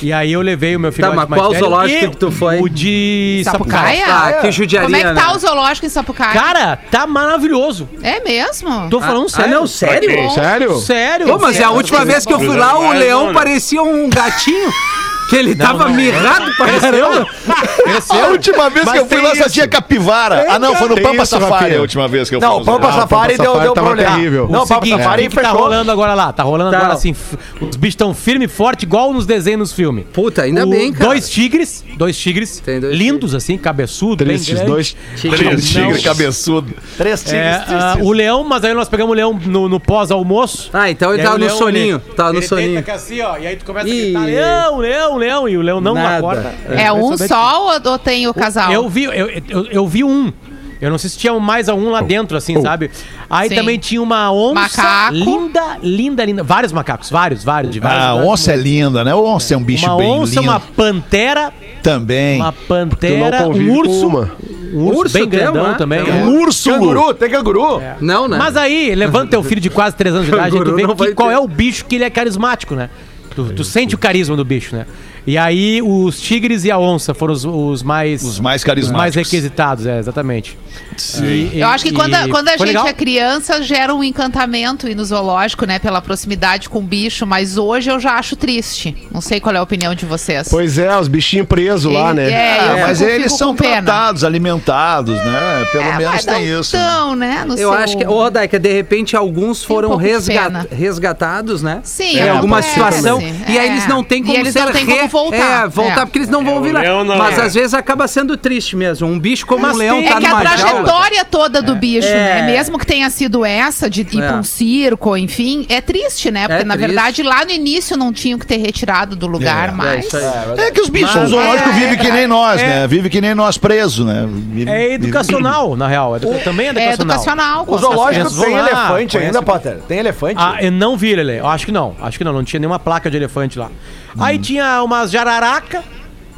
E aí eu levei o meu filho Tá, mas qual zoológico que tu foi? O de Sapucaia. Sapucaia? Ah, que judiaria, Como é que tá né? o zoológico em Sapucaia? Cara, tá maravilhoso. é mesmo? É Tô falando Ah, sério. não, sério? Sério? Sério. Pô, mas é a última vez que eu fui lá, o Mas leão não, né? parecia um gatinho. Que ele tava mirrado, parecendo. É é A última vez que eu fui lá só tinha capivara. ah, não, foi no Tem Pampa isso, Safari Rafinha. a última vez que eu fui. Não, no o Pampa zoológico. Safari deu, Ah, Safari deu tava problema. terrível. Não, o Pampa seguinte, Safari o que que tá fechou. rolando agora lá? Tá rolando Tá. agora assim, f- os bichos estão firme e forte, igual nos desenhos nos filmes. Puta, ainda O- bem, cara. Dois tigres, dois tigres, Tem dois lindos assim, cabeçudo, Tristes, bem grande. dois Três Não. tigres cabeçudo. Três É, tigres. três ah, o leão, mas aí nós pegamos o leão no, no pós-almoço. Ah, então ele E aí tava o no leão, soninho, ele- tava no ele soninho. deita aqui assim, ó, e aí tu começa a Ih. gritar, leão, leão, leão, e o leão não Nada. acorda. É um só ou- ou tem o é casal? Eu vi, eu, eu, eu vi um. Eu não sei se tinha mais algum lá dentro, assim, sabe? Aí Sim. também tinha uma onça Macaco. linda, linda, linda. Vários macacos, vários, vários, de vários. Ah, lugares. onça é linda, né? Onça é um bicho uma bem onça, lindo uma pantera, também. uma Tu não pantera, convive um com urso, uma. um urso, Urso bem tem grandão uma, também. tem É. uma. urso! Canguru, tem canguru. Não, né? assim, Mas aí, levanta teu filho de quase 3 anos de idade, aí tu Canguru vê não vai que, qual ter. é o bicho que ele é carismático, né? Tu, tu sente o carisma do bicho, né? E aí, os tigres e a onça foram os, os Os mais mais. os mais carismáticos. requisitados, é, exatamente. E- e- Eu acho que quando a, e quando a gente foi legal. é criança, gera um encantamento ir no zoológico, né? Pela proximidade com o bicho, mas hoje eu já acho triste. Não sei qual é a opinião de vocês. Pois é, os bichinhos presos lá, Ele- né? é, Ah, eu mas fico- eles fico são com pena. tratados, alimentados, né? Pelo É, menos mas não tem isso. tão, né? No Eu seu- acho que, ô Rodaica, de repente alguns foram um pouco de resga- pena. resgatados, né? Sim, em alguma acontece, situação. E aí é. eles não têm como E eles ser não têm como voltar. É, voltar, porque eles não vão o virar. leão não Mas é. às vezes acaba sendo triste mesmo. Um bicho como Mas um leão tem- É tá que a numa jaula. trajetória toda do bicho, É. né? Mesmo que tenha sido essa, de ir É. pra um circo, enfim, é triste, né? Porque, É na triste. verdade, lá no início não tinham que ter retirado do lugar, É mas... isso aí. É que os bichos, o zoológico vive que nem nós, né? Vive que nem nós preso, né? Vive- É educacional, na real. Edu- também é É educacional. educacional. com O zoológico crianças vão tem lá, elefante conhece ainda, o- Potter? Tem elefante? Ah, eu não vi ele. Eu acho que não. Acho que não. Não tinha nenhuma placa de elefante lá. Hum. Aí tinha umas jararaca.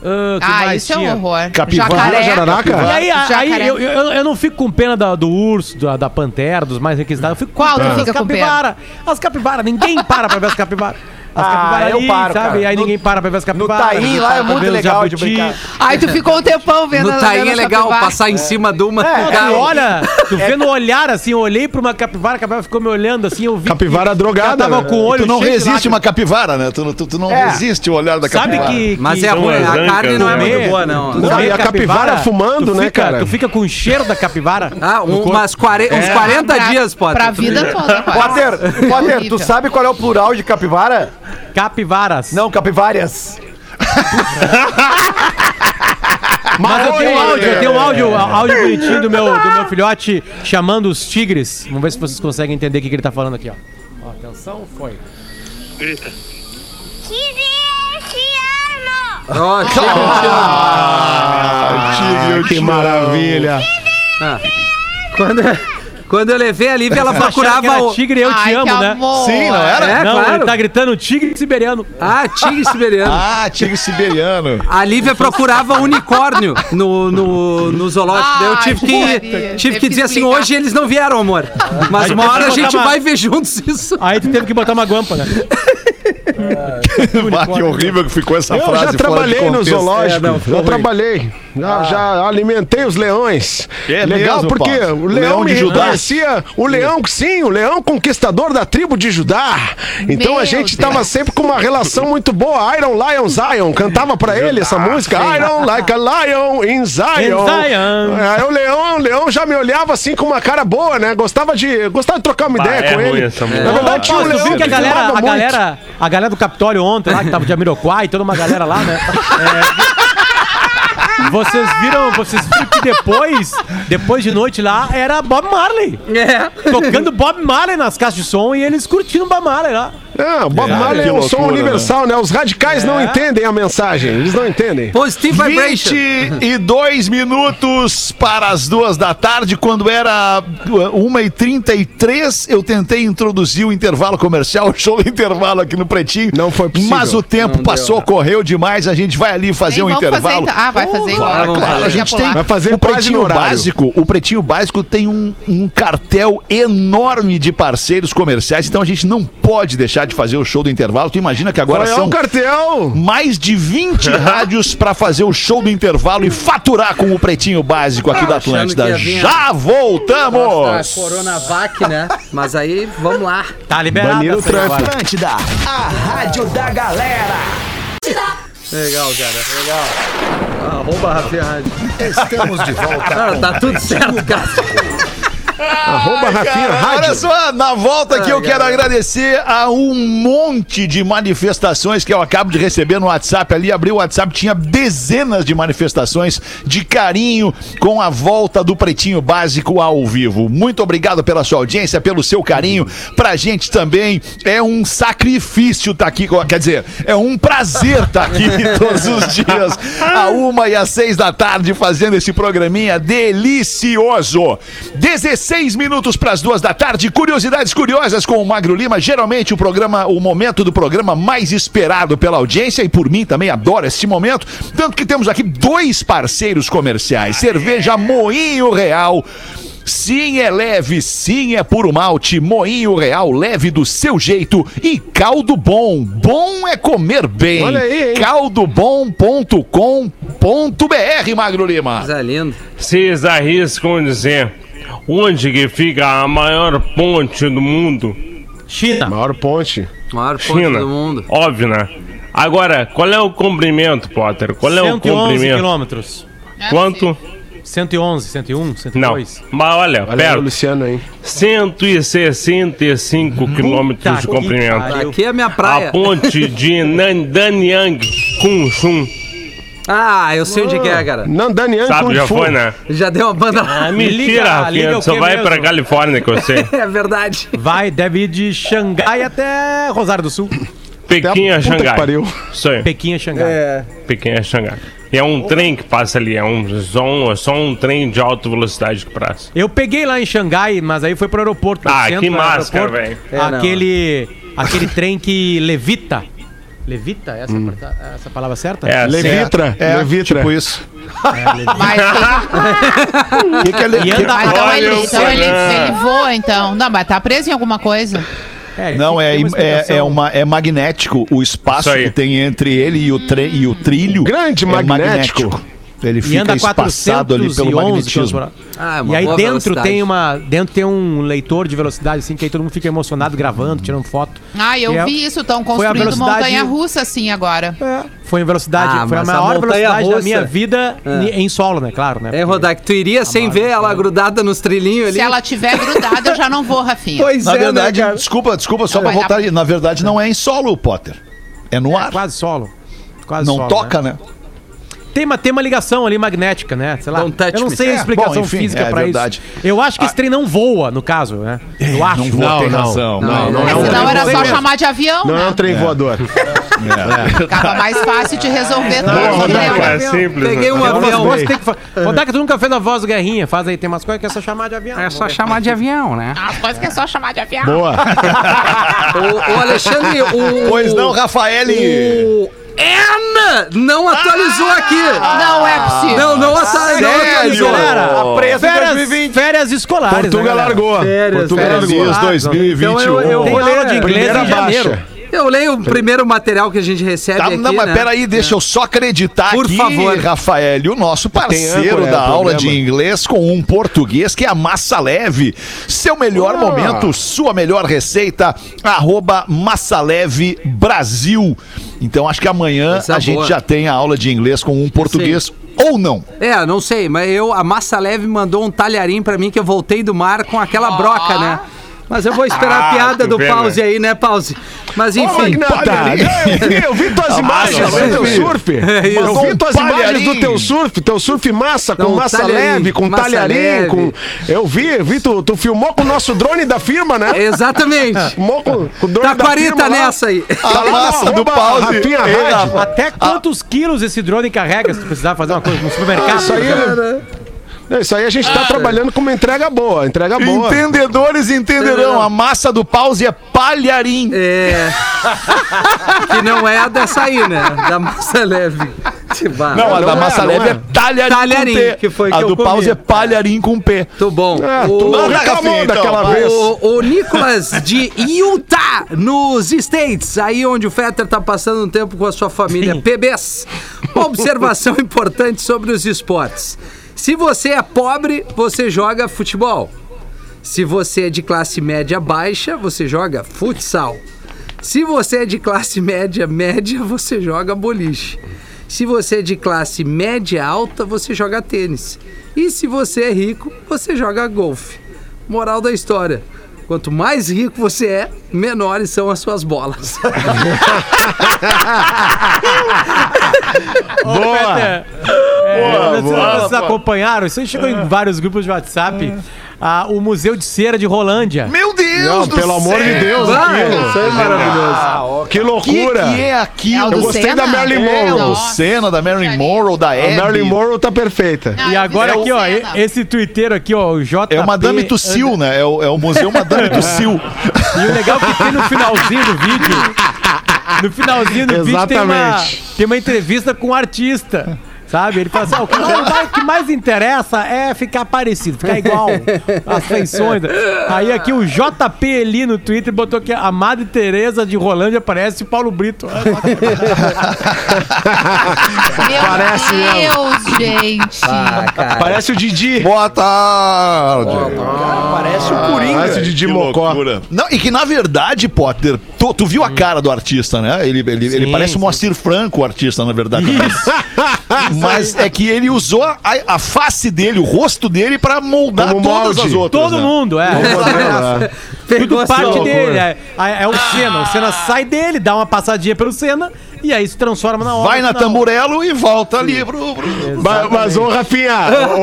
ah, que Ah, mais isso é tinha? um horror. Capivara, Jacaré. jararaca? E aí, a- aí Jacaré. eu, eu, eu não fico com pena da- do urso, da, da pantera, dos mais requisitados. Eu fico Qual tu com pena das fica com pena? capivaras. As capivaras, ninguém para pra ver as capivaras. As Ah, capivaras eu ali, paro, sabe? cara. Aí No- ninguém para pra ver as No capivaras. Taim ninguém lá para é pra muito ver os legal de jabuti. brincar. Aí tu ficou um tempão vendo... No ela- Taim vendo é as legal capivaras. passar em cima de uma. É, Não, É, cara. tu olha, tu vê no olhar assim, eu olhei pra uma capivara, a capivara ficou me olhando assim, eu vi. Capivara drogada, Eu tava né? com o olho Tu não cheio de resiste lágrima. uma capivara, né? Tu, tu, tu não É. resiste o olhar da Sabe capivara. que. Mas que é São ruim, as a ancas, carne não é né? muito boa, não. Tu Não, vê e a capivara fumando, tu né, fica- cara? Tu fica com o cheiro da capivara. Ah, um- umas 40, É. uns 40 pra, dias, Potter. Pra vida é toda, Potter, Potter, tu Horrível. sabe qual é o plural de capivara? Capivaras. Não, capivárias. Mas eu tenho um áudio, eu tenho um áudio, á- áudio bonitinho do meu, do meu filhote chamando os tigres. Vamos ver se vocês conseguem entender o que, que ele tá falando aqui, ó. Ó, Atenção, foi. Ó, que- Ah, Tigre, Ah, que maravilha. quando, quando eu levei a Lívia, ela Acharam que procurava era o. tigre, eu te Ai, que amo, né? amor. Sim, não era? É, não, ele claro. tá gritando tigre siberiano. Ah, tigre siberiano. Ah, tigre siberiano. A Lívia procurava unicórnio no, no, no zoológico. Daí eu Ai, tive Maria, Ah, que, tive teve que que dizer assim: explicar. hoje eles não vieram, amor. Mas uma hora a tá gente vai ver juntos isso. Aí tu teve que botar uma guampa, né? Bah, Ah, que horrível que ficou essa Eu frase. já fora de trabalhei no contexto. zoológico. É, não, ficou já ruim. trabalhei. Já, já alimentei os leões. É Legal, mesmo, porque Paulo? o leão, Leão me de Judá? reconhecia. O leão, sim, o leão conquistador da tribo de Judá. Então Meu a gente Deus. tava sempre com uma relação muito boa. Iron Lion Zion. Cantava pra ele essa música. Iron like a lion in Zion. Zion. Aí o leão, o leão já me olhava assim com uma cara boa, né? Gostava de, gostava de trocar uma Bah, ideia é com ruim ele. essa música. Na verdade, tinha um Paulo, tu leão viu que a que galera, fumava a, muito. galera, a galera do Capitólio ontem lá, que tava de Amiroquai e toda uma galera lá, né? É, vocês viram, vocês viram que depois, depois de noite lá, era Bob Marley. É. Tocando Bob Marley nas caixas de som e eles curtindo Bob Marley lá. Ah, o Bob Marley que é um som loucura, universal, né? Os radicais não entendem a mensagem. Eles não entendem. Positive vibration. 22 minutos para as duas da tarde, quando era 1h33, eu tentei introduzir o intervalo comercial, o show do intervalo aqui no Pretinho. Não foi possível. né? Mas o tempo passou, correu demais, a gente vai ali fazer Nem um vamos intervalo. fazer, ah, vai fazer igual. Claro, claro, a gente tem. Vai fazer o quase no pretinho horário. básico. O pretinho básico tem um, um cartel enorme de parceiros comerciais, então a gente não pode deixar de fazer o show do intervalo. Tu imagina que agora Olha são é o cartel. mais de 20 rádios pra fazer o show do intervalo e faturar com o pretinho básico aqui da Achando que Atlântida. ia vir, Já voltamos! Tá, Coronavac, né? Mas aí, vamos lá. Tá liberado. Banir o essa tráfico. agora. Atlântida, a rádio da galera. Legal, cara. Legal. Arroba Rafinha Rádio. Estamos de volta. Cara, tá tudo certo, cara. Arroba Rafinha Cara, olha Rádio. só, na volta aqui eu Ai, quero ai. agradecer a um monte de manifestações que eu acabo de receber no WhatsApp ali. Abri o WhatsApp, tinha dezenas de manifestações de carinho com a volta do Pretinho Básico ao vivo. Muito obrigado pela sua audiência, pelo seu carinho. Pra gente também é um sacrifício estar aqui, com- quer dizer, é um prazer estar aqui todos os dias, a uma e às seis da tarde, fazendo esse programinha delicioso. 16 minutos para as duas da tarde, curiosidades curiosas com o Magro Lima. Geralmente o programa, o momento do programa mais esperado pela audiência e por mim também adoro esse momento. Tanto que temos aqui dois parceiros comerciais: Ah, é? Cerveja Moinho Real. Sim, é leve, sim, é puro malte, moinho real, leve do seu jeito e caldo bom. Bom é comer bem. Olha aí, hein? caldobom.com.br, Magro Lima. Coisa linda. Vocês arriscam dizer um onde que fica a maior ponte do mundo? China. Maior ponte. Maior ponte China. do mundo. Óbvio, né? Agora, qual é o comprimento, Potter? Qual é o 111 comprimento? quilômetros. Quanto? 111, 101, Não. 102. Mas Olha olha, aí o perto. Luciano aí. 165 quilômetros de que comprimento. pariu. Aqui é a minha A praia. ponte de Nan- Danyang Kunshun. Ah, eu sei onde que é, cara. Não, Daniel Sabe, Kung já Fu. foi, né? Já deu uma banda lá. me liga, Ah, Mentira, liga Rafinha. o Só quê vai mesmo? pra Califórnia que eu sei. É verdade. Vai, deve ir de Xangai até Rosário do Sul. Pequim puta a que Xangai. pariu. Isso aí. Pequim a Xangai. Pequim a Xangai. E é um trem que passa ali, é, um, só um, é só um trem de alta velocidade que passa. Eu peguei lá em Xangai, mas aí foi pro aeroporto. pro Ah, centro, que no máscara, aeroporto. velho. É, não. aquele, aquele trem que levita. Levita? Essa, é essa palavra certa? Hum. É, certo. Levitra. É, Levitra. tipo isso. O que, é levita? Ah, então Olha ele, o então ele, Fernando. ele voa, então. Não, mas tá preso em alguma coisa. Não, é, é, é, uma, é magnético o espaço Isso aí. que tem entre ele e o, tre- e o trilho. Grande é magnético. Ele E fica anda espaçado ali 411 pelo km magnetismo. por hora. Ah, E uma aí boa dentro velocidade. tem uma. Dentro tem um leitor de velocidade, assim, que aí todo mundo fica emocionado, gravando, tirando foto. Ah, eu E é- vi isso. Estão a construindo velocidade- montanha russa assim agora. É, foi em velocidade, Ah, foi a mas a maior montanha velocidade da russa- Ah. minha vida ni- em solo, né? Claro, né? É, Rodak, tu iria sem ver ela grudada nos trilhinhos ali? Se ela tiver grudada, eu já não vou, Rafinha. Pois Na é, né, verdade, cara? desculpa, desculpa, só Ah, Não, pra vai dar- voltar aí. Na verdade, não é em solo, Potter. É no ar. Quase solo. Quase Não solo, toca, né? Né? Tem, uma, tem uma ligação ali magnética, né? Sei lá. Don't touch eu não me. sei a É, explicação bom, enfim, física é pra verdade. isso. Eu acho que esse trem não voa, no caso, né? Eu acho. Não, vou, tem Ah. É, não. razão. Não, não, Mas é um senão trem era só voador. chamar de avião, Não é né? um trem voador. né? É. Ficava mais fácil de resolver tudo. Rodaica, né? é simples. Peguei né? um Umas avião. vozes tem que fa... Rodak, tu nunca fez a voz do Guerrinha. Faz aí, tem umas coisas que é só chamar de avião. É Vamos só ver. chamar de avião, né? As coisas que é só chamar de avião. O, o Alexandre, o... Pois não, Rafael. O N não atualizou Ah! aqui. Não é possível. Não, não, atu- não Sério? atualizou. Galera, A presa em férias, férias escolares. né, Portugal galera? Ah, largou. Férias, Portugal férias largou. escolares, 2021. Então eu- eu- Tem Olha, aula de inglês primeira em janeiro. baixa. Eu leio o primeiro material que a gente recebe Tá, aqui, não, mas né? peraí, deixa eu só acreditar Por aqui, favor. né, Rafael, o nosso Tem parceiro âncora, da é o aula problema. de inglês com um português que é a Massa Leve. Seu melhor Ah. momento, sua melhor receita, arroba Massa Leve Brasil. Então acho que amanhã Essa é a gente boa. já tem a aula de inglês com um português ou não. É, não sei, mas eu a massa leve mandou um talharim pra mim que eu voltei do mar com aquela broca, né? Mas eu vou esperar a Ah, piada tu do vê, né? pause aí, né, pause? Mas Ô, enfim. Magnata, eu vi, eu vi tuas imagens massa, do teu velho. surf. Eu isso. vi tuas imagens do teu surf, teu surf massa, com Não, massa talharim, leve, com massa talharim, leve. com... Eu vi, eu vi, tu, tu filmou com o nosso drone da firma, É. né? Exatamente. Filmou com, com o drone da Taquarita firma lá. nessa aí. Tá lá, massa do arroba pause. Rafinha Ei, Rádio. Rafa, Até quantos quilos esse drone carrega se tu precisar fazer uma coisa no supermercado? É Isso aí, Não, isso aí a gente tá trabalhando com uma entrega boa, entrega boa. Entendedores entenderão. A massa do pause é palharim. É. que não é a dessa aí, né? Da massa leve. Não, Não, a não da é, massa não leve é, é. talharim, Talharim, com P. que foi a que eu do comi. pause é palharim com P. Muito bom. É, O- tu não Ô, reclamou Rafinha, então, daquela vai. vez. O, o Nicolas de Utah, nos States, aí onde o Fetter tá passando um tempo com a sua família. PBs, uma observação importante sobre os esportes. Se você é pobre, você joga futebol. Se você é de classe média baixa, você joga futsal. Se você é de classe média média, você joga boliche. Se você é de classe média alta, você joga tênis. E se você é rico, você joga golfe. Moral da história: quanto mais rico você é, menores são as suas bolas. Ô, Peter, é, vocês- vocês acompanharam? Isso aí chegou em vários grupos de WhatsApp. Ah, o Museu de Cera de Rolândia. Meu Deus Não, pelo amor de Deus, Vai. aquilo. Ah, Isso aí é maravilhoso. que loucura. é aquilo? É o Eu do gostei Senna? da Marilyn É, Monroe. o Nossa. Senna, da Marilyn Monroe, da A Abby. Marilyn Monroe tá perfeita. E agora aqui, ó, e- esse twitteiro aqui, ó, o JP... É o Madame Tussil, né? É o, é o Museu Madame Tussil. E o legal é que tem no finalzinho do vídeo. No finalzinho do vídeo tem uma, Exatamente. tem uma entrevista com um artista. Sabe? Ele fala assim: "Ah, o que mais, o que mais interessa é ficar parecido, ficar igual. As feições. Aí aqui o JP ali no Twitter botou que a Madre Teresa de Rolândia parece o Paulo Brito. Meu Parece Deus, gente. Parece o Didi. Boa tarde. Parece o Coringa. Ah, Parece o Didi Mocó. Não, e que na verdade, Potter, tu, tu viu a cara do artista, né? Ele, ele, ele Sim, parece o sim. Moacir Franco, o artista, na verdade. Isso. Mas é que ele usou a, a face dele, o rosto dele, pra moldar Como todas molde. as outras. Todo né? mundo, é. Pegou Tudo assim, parte ó. dele. É, é- é o Senna. O Senna sai dele, dá uma passadinha pelo Senna e aí se transforma na obra. Vai na final. Tamburello e volta ali pro. pro- Mas, mas, ô Rafinha,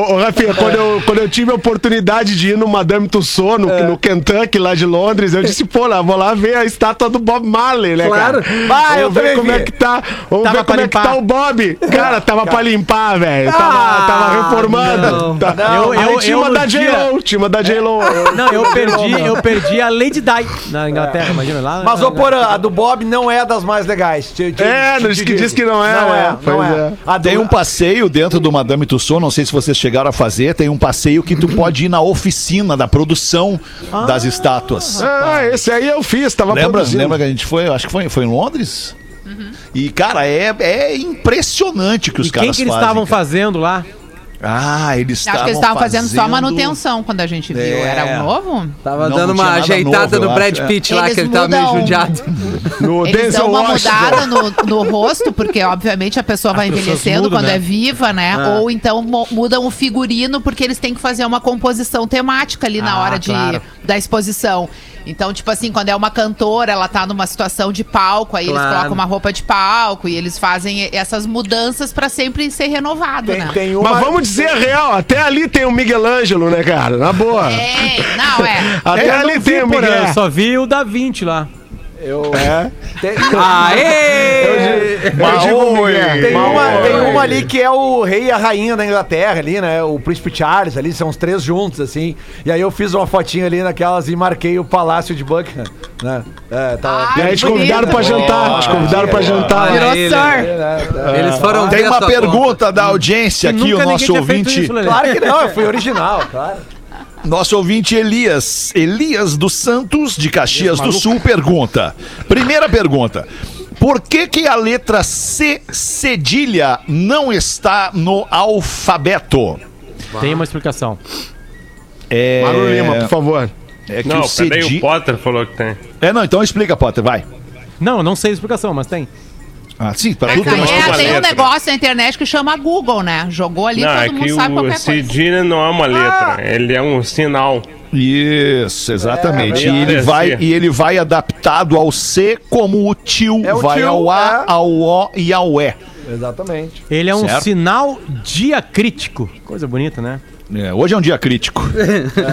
ô, ô, Rafinha, quando eu, quando eu tive a oportunidade de ir no Madame Tussauds, no, no Kentucky, lá de Londres, eu disse, pô, lá, vou lá ver a estátua do Bob Marley, né, Claro. cara? Vai, eu Vamos ver também como vi. é que tá, vamos Tava ver pra como é que limpar. tá o Bob. Cara, tava pra limpar, velho. Ah, Tava, tava reformando. não. Tá. Ah, Não, Aí eu- tinha eu uma no da dia- J-Lo, tinha uma da J-Lo. Não, eu perdi, eu perdi a Lady Di na Inglaterra, imagina lá. Mas, na- ô Porã, a do Bob não é das mais legais. Te- te- É, te diz que digo. diz que não é, Não né? é, não Pois é. é. A do- Tem um passeio dentro do Madame Tussauds, não sei se vocês chegaram a fazer, tem um passeio que tu pode ir na oficina da produção das estátuas. É. Ah, esse aí eu fiz, tava Lembra, tá produzindo. lembra que a gente foi, eu acho que foi, foi em Londres? E, cara, é, é impressionante o que os E quem caras que eles fazem, estavam cara. fazendo lá? Ah, eles estavam Acho que eles estavam fazendo, só fazendo- manutenção quando a gente viu. É. Era o novo? Tava Não, dando não tinha uma nada ajeitada novo, eu no Brad acho, é. Pitt lá, Eles que ele tava meio mudam. judiado. No Eles Denzel dão uma Washington. mudada no, no rosto, porque obviamente a pessoa vai pessoas envelhecendo mudam, quando né? é viva, né? Ou então mo- mudam o figurino, porque eles têm que fazer uma composição temática ali na Ah, hora de, claro. da exposição. Então, tipo assim, quando é uma cantora, ela tá numa situação de palco, aí Claro. eles colocam uma roupa de palco e eles fazem e- essas mudanças pra sempre ser renovado, Tem, né? tem uma... Mas vamos dizer a real, até ali tem o Miguel Ângelo, né, cara? Na boa. É, não, é. Até Eu não ali vi, tem o Porã, Miguel. Eu só vi o da 20 lá. Tem, Aê! Ah, Eu digo Miguel. tem uma, Maoi. tem uma ali que é o rei e a rainha da Inglaterra ali, né? O príncipe Charles ali, são os três juntos, assim. E aí eu fiz uma fotinha ali naquelas e marquei o Palácio de Buckingham, né? É, tá... E aí te convidaram pra jantar. Te convidaram pra jantar. Olha ele. Eles foram É. Tem ver a uma tua pergunta da audiência aqui, o Nunca ninguém nosso tinha feito ouvinte. isso, Lelê. Claro que não, eu fui original, claro. Nosso ouvinte Elias, Elias dos Santos, de Caxias do Sul, pergunta. Primeira pergunta. Por que, que a letra C cedilha não está no alfabeto? Tem uma explicação. É, Maru Lima, por favor. é que Não, o peraí, o cedi... Potter falou que tem. É, não, então explica, Potter, vai. Não, eu não sei a explicação, mas tem. Ah, sim, para Aí tudo tem uma é, explicação. tem um letra. negócio na internet que chama Google, né? Jogou ali, não, é todo mundo que sabe o qualquer coisa. Ah! Cidina não é uma letra, ele é um sinal. Isso, exatamente. É, e, ele é, vai, sim. e ele vai adaptado ao C como o tio É o vai tio, ao A, é. ao O e ao E. Exatamente. Ele é um Certo. sinal diacrítico. Coisa bonita, né? É, hoje é um dia crítico.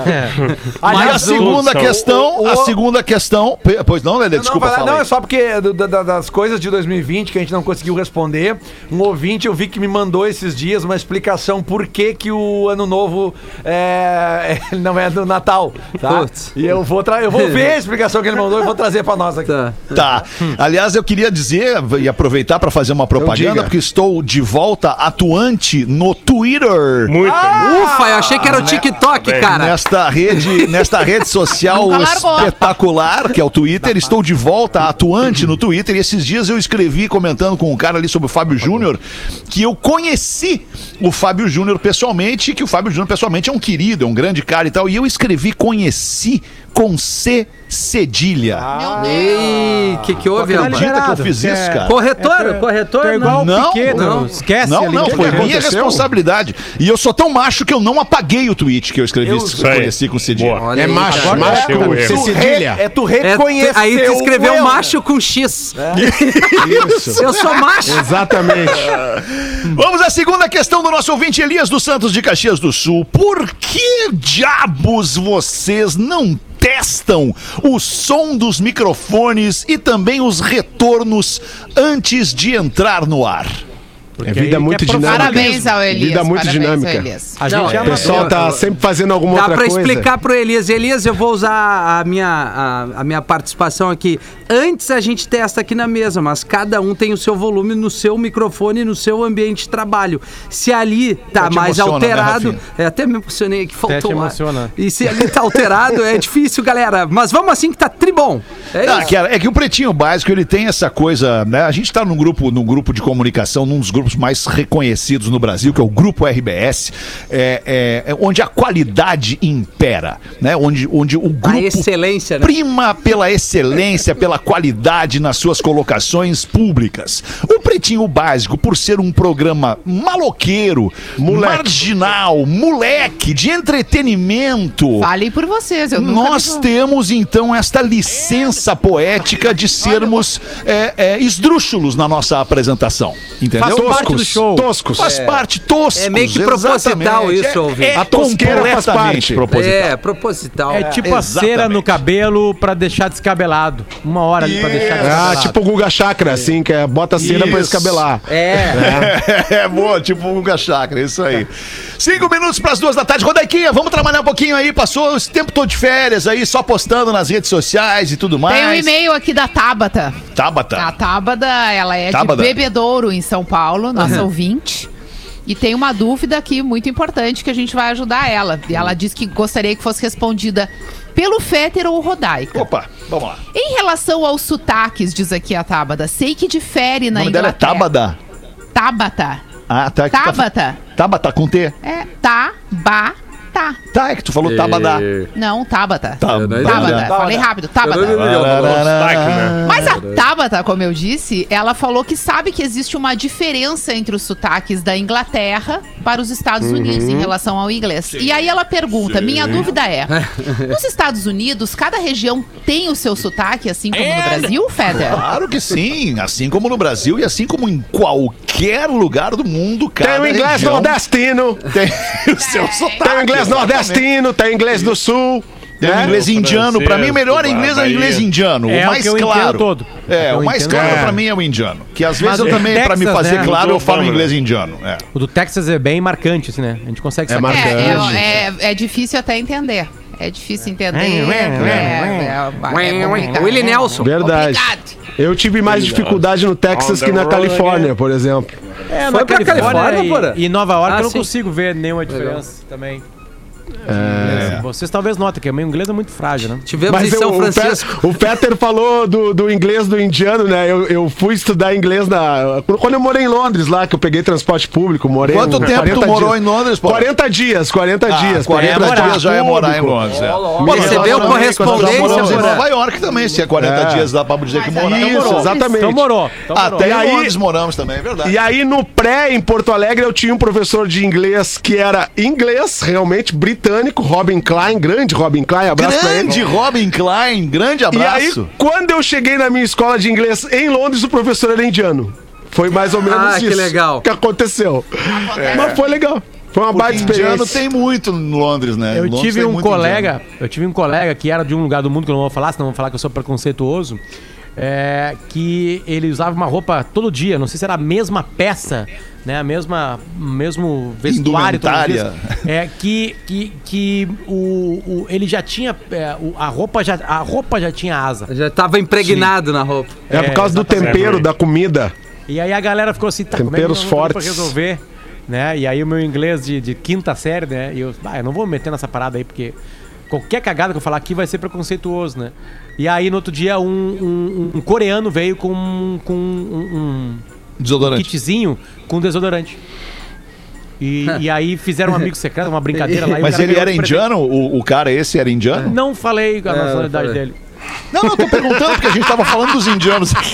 E a Mas o- segunda o- questão, o- a segunda questão. pe- Pois não, Lelê, Não, desculpa vai lá. falar. Não, é aí. só porque do- da- da- das coisas de 2020 que a gente não conseguiu responder, um ouvinte eu vi que me mandou esses dias uma explicação por que que o ano novo é, ele não é do Natal, tá? Putz. E eu vou, tra- eu vou ver a explicação que ele mandou e vou trazer pra nós aqui. Tá. Tá. Aliás, eu queria dizer e aproveitar para fazer uma propaganda, diga. porque estou de volta atuante no Twitter. Muito. Ah! Ufa, eu achei que Ah, era o TikTok, né? cara. Nesta rede, nesta rede social Nunca largou. espetacular, que é o Twitter, estou de volta atuante no Twitter. E esses dias eu escrevi comentando com um cara ali sobre o Fábio Júnior, que eu conheci o Fábio Júnior pessoalmente, e que o Fábio Júnior pessoalmente é um querido, é um grande cara e tal. E eu escrevi conheci com C cedilha. Meu Deus. Ei, que que houve, Tá rapaz? acredita que eu liberado. fiz isso, cara? É. Corretor, corretor. Tá igual Não, o Piquet, não. não. Esquece Não, ali né? não, que foi ele- minha responsabilidade. E eu sou tão macho que eu não apaguei o tweet que eu escrevi, Isso aí. conheci com cedilha. Boa. É macho, Agora macho. é o C erro. cedilha. É tu É, reconhecer. tu- aí tu escreveu um eu, macho com X. É. Eu sou macho. Exatamente. Vamos à segunda questão do nosso ouvinte Elias dos Santos de Caxias do Sul. Por que diabos vocês não testam o som dos microfones e também os retornos antes de entrar no ar? É vida aí muito quer prof- dinâmica. Parabéns ao Elias. Vida muito parabéns ao dinâmica. Elias. A Não, O gente é é- amador. pessoal tá sempre fazendo alguma Dá outra pra coisa. explicar pro Elias. Elias, eu vou usar a minha, a, a minha participação aqui. Antes a gente testa aqui na mesa, mas cada um tem o seu volume no seu microfone, no seu ambiente de trabalho. Se ali tá Até te mais emociona, né, alterado. Rafinha? é, até me emocionei que faltou. te ar. emociona. E se ali tá alterado, é difícil, galera. Mas vamos assim que tá tribom. É Ah, isso. cara, é que o Pretinho Básico, ele tem essa coisa, né? A gente tá num grupo, num grupo de comunicação, num dos gru- grupos mais reconhecidos no Brasil, que é o Grupo RBS, é, é, é onde a qualidade impera, né? Onde, onde o grupo A excelência, né? prima pela excelência, pela qualidade nas suas colocações públicas. O Pretinho Básico, por ser um programa maloqueiro, marginal, moleque, de entretenimento, Falem Tá por vocês, eu nunca um- nós um. me- temos então esta licença poética de sermos é, é, esdrúxulos na nossa apresentação. Entendeu? Faz parte do show. Toscos. Faz parte, toscos. É meio que proposital exatamente. isso, ouvinte. É, é A tosqueira faz completamente parte. proposital. É, proposital. É tipo a cera exatamente. no cabelo pra deixar descabelado. Uma hora ali pra deixar Ah, descabelado. tipo o Guga Chakra, assim, que é bota cera pra Isso. escabelar. É. É, boa, tipo um chakra, isso aí. Cinco minutos para as duas da tarde. Rodaiquinha, vamos trabalhar um pouquinho aí. Passou esse tempo todo de férias aí, só postando nas redes sociais e tudo mais. Tem um e-mail Ah. aqui da Tabata. Tabata. Tá. A Tábada, ela é Tábada. de Bebedouro, em São Paulo, nossa ouvinte. E tem uma dúvida aqui muito importante que a gente vai ajudar ela. E ela diz que gostaria que fosse respondida pelo Féter ou Rodaica. Opa, vamos lá. Em relação aos sotaques, diz aqui a Tábada, sei que difere O na nome dela é Inglaterra. Tabata. Tábata. Ah, tá. que tu tá- Tábata. Tabata com T. É Tabata. Tá, é né? que tu falou Tabada. Não, Tabata. Tabata. Tá. Tabata. Falei rápido, Tabata. Sotaque, né? Mas a Tabata, como eu disse, ela falou que sabe que existe uma diferença entre os sotaques da Inglaterra para os Estados Unidos em relação ao inglês. E aí ela pergunta: minha dúvida é: nos Estados Unidos, cada região tem o seu sotaque, assim como no Brasil, Feder? Claro que sim, assim como no Brasil e assim como em qualquer lugar do mundo, um cara. Tem o inglês nordestino, Tem o seu sotaque. Tá tem o inglês nordestino, tem o inglês do sul. Tem o né? inglês indiano. Pra mim, o melhor Francês, inglês é o Bahia. inglês indiano. É, o o mais que eu entendo claro. todo. É, Eu o mais entendo. claro É. pra mim é o indiano. Que às vezes Mas eu o também, pra me Texas, fazer né? claro, eu falo Mudou, inglês indiano. É. O do Texas é bem marcante, assim, né? A gente consegue sacar. É, marcante. é, é- é difícil até entender. É difícil entender. É, é- é complicado. Willie Nelson. Verdade. Complicado. Eu tive mais dificuldade no Texas On que the na road né? Califórnia, por exemplo. É, Foi pra Califórnia, porra? e, e Nova York Ah, eu não sim. consigo ver nenhuma diferença também. É. Vocês talvez notem que o meu inglês é muito frágil, né? Tivemos Mas em eu- São o, Pe- Francisco. o Peter falou do, do inglês do indiano, né? Eu, eu fui estudar inglês na. Quando eu morei em Londres lá, que eu peguei transporte público, morei. Quanto uns tempo 40 tu morou dias. em Londres, pô? 40 dias, 40 dias. é 40 morar. Ah, dias já é morar em Londres. É. Me recebeu nós moramos- correspondência, nós moramos em porra. Nova York também, se é 40 É. dias, dá pra dizer que Mas aí moramos. não Isso, morou. exatamente. Ah, Então morou. Então morou. Até E em aí- Londres moramos também, é verdade. E aí, no pré, em Porto Alegre, eu tinha um professor de inglês que era inglês, realmente britânico, Robin Klein, grande Robin Klein, abraço pra ele. Grande Robin Klein, grande E aí, abraço. quando eu cheguei na minha escola de inglês em Londres, o professor era indiano. Foi mais ou menos Ah, que isso legal. que aconteceu. Mas foi legal. Foi uma baita Porque indiano experiência. tem muito em Londres, né? Eu Em Londres tive tem um muito colega, eu tive um colega que era de um lugar do mundo que eu não vou falar, senão vão falar que eu sou preconceituoso. é, que ele usava uma roupa todo dia, não sei se era a mesma peça, né, a mesma mesmo vestuário, todo dia. Indumentária. é que que, que o, o- ele já tinha é, o- a roupa já a roupa já tinha asa. Já tava impregnado na roupa. É por É, causa do exatamente. tempero, da comida. E aí a galera ficou assim, tá, como é que Temperos nós vamos fazer pra fortes. resolver, né? E aí o meu inglês de, de quinta série, né? E eu, ah, eu não vou me meter nessa parada aí, porque qualquer cagada que eu falar aqui vai ser preconceituoso, né? E aí no outro dia um, um- um- um coreano veio com, um- com um, um Desodorante. kitzinho com desodorante. E, e aí fizeram um amigo secreto, uma brincadeira lá. e o Mas cara ele ganhou era de presente. indiano? O, o cara esse era indiano? Não falei a nacionalidade falei. dele. Não, não, tô perguntando porque a gente tava falando dos indianos aqui.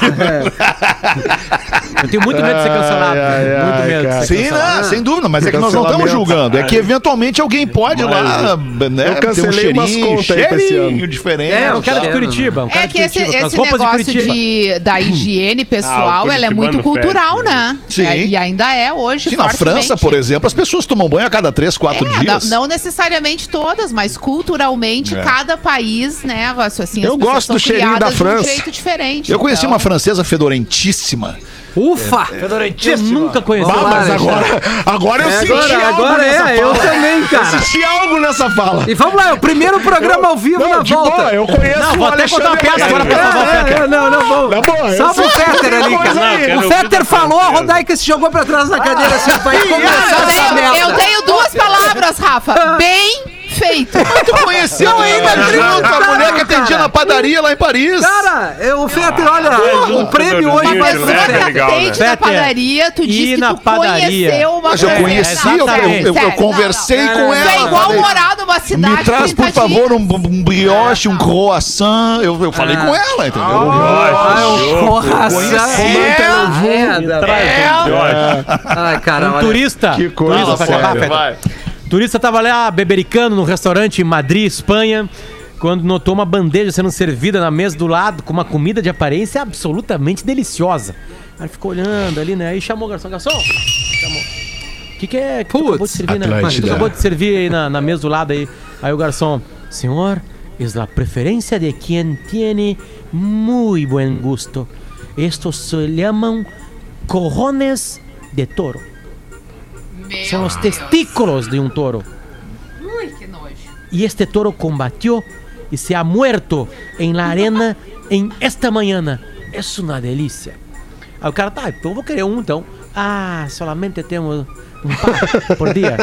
Eu tenho muito medo de ser cancelado. muito medo de ser Sim, cancelado. né? Sem dúvida, mas é que nós não estamos É, Cancelamento. julgando. É que eventualmente alguém pode lá, né? eu cancelei umas contas aí pra esse cheirinho ano. diferente. É, É um cara de Tá Não. Curitiba. Um cara É de que esse, Curitiba, com as esse roupas de negócio de Curitiba. Hum. da higiene pessoal, Ah, o ela é muito curitibano cultural, fede, né? Sim. É, e ainda é hoje. Que na França, por exemplo, as pessoas tomam banho a cada três, quatro É, dias. não, não necessariamente todas, mas culturalmente, É. cada país, né? Assim, as Eu pessoas gosto são do cheirinho criadas da França. De um jeito diferente. Eu conheci então. uma francesa fedorentíssima. Ufa! É. Eu nunca conheci. Vamos Ah, lá, né? mas Alexandre. agora, agora eu É, senti agora algo agora nessa é, eu fala. também, cara. Senti algo nessa fala. E vamos lá, é o primeiro programa ao vivo na Não, de volta. boa, é, eu conheço Não, o vou até Alexandre contar uma piada agora pra salvar o É, Fetter. é, não, não, vamos. Tá bom, eu Salva o sei. Fetter ali, Coisa cara. aí. O Fetter é falou, a Rodaica se jogou pra trás da cadeira assim, vai começar essa Eu tenho, merda. eu tenho duas palavras, Rafa. Bem feito. Tu conheceu ainda tributa, a mulher que atendia na padaria lá em Paris. Cara, é, o Fetter, Ah, olha, mas o o prêmio hoje Fetter vai Mas é ser você legal, né? tá Fetter. atende na Fetter, padaria, tu ir disse que é. na tu padaria. conheceu uma Mas eu coisa- conheci, eu, exatamente. eu- eu- eu Sério, conversei não, com não. ela. É igual falei, morar numa cidade. tá Me traz, por 30 dias. favor, um, um brioche, um croissant. Eu, eu falei com ela, Ah! entendeu? Ah, Ah, é é um um Porra, um Ai, cara, olha. Um Turista. Que coisa turista, pra séria. acabar, Fetter. Turista tava lá bebericando num restaurante em Madrid, Espanha, quando notou uma bandeja sendo servida na mesa do lado com uma comida de aparência absolutamente deliciosa. Aí ficou olhando ali, né? Aí chamou o garçom. Garçom! Chamou. O que, que é? Que tu acabou de Putz, servir, né? Atlântida. Tu acabou de servir aí na, na mesa do lado aí. Aí o garçom, senhor, es la preferência de quien tiene muy buen gusto. Estos se llaman corrones de toro. Meu São os Deus. testículos de um touro. Ui, que nojo. y este toro combatió y se ha muerto en la arena en esta mañana. Es una delicia. Aí o cara, tá, então eu vou querer um então. Ah, solamente temos um par por dia.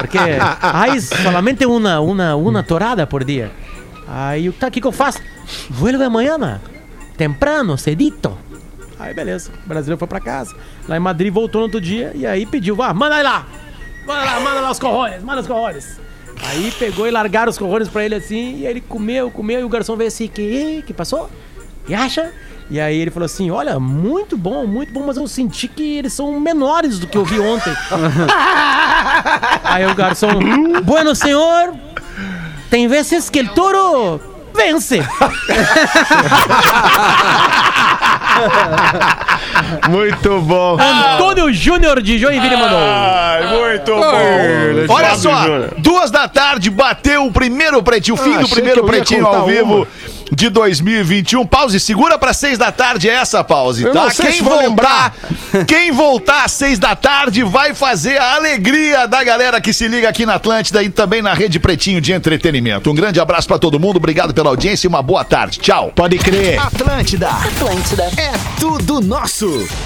Porque aí solamente uma, uma, uma torada por dia. Aí, tá, o que que eu faço? Vuelve amanhã, né? temprano, cedito. Aí beleza, o brasileiro foi pra casa. Lá em Madrid voltou no outro dia e aí pediu, vá, manda aí lá! Manda lá, manda lá os corrones, manda os corrones. Aí pegou e largaram os corrones pra ele assim, e aí ele comeu, comeu, e o garçom veio assim, que que passou? E acha? E aí ele falou assim, olha, muito bom, muito bom, mas eu senti que eles são menores do que eu vi ontem. aí o garçom, bueno senhor, tem vezes que o touro vence. Muito bom. Antônio Júnior de Joinville mandou. muito bom. Olha só, duas da tarde, bateu o primeiro pretinho, o fim Ah, do achei primeiro que eu ia pretinho contar ao vivo de 2021. Pause, segura pra seis da tarde é essa pause, Eu tá? não sei quem se vou voltar, quem voltar às seis da tarde vai fazer a alegria da galera que se liga aqui na Atlântida e também na Rede Pretinho de Entretenimento. Um grande abraço pra todo mundo, obrigado pela audiência e uma boa tarde. Tchau. Pode crer. Atlântida. Atlântida. É tudo nosso.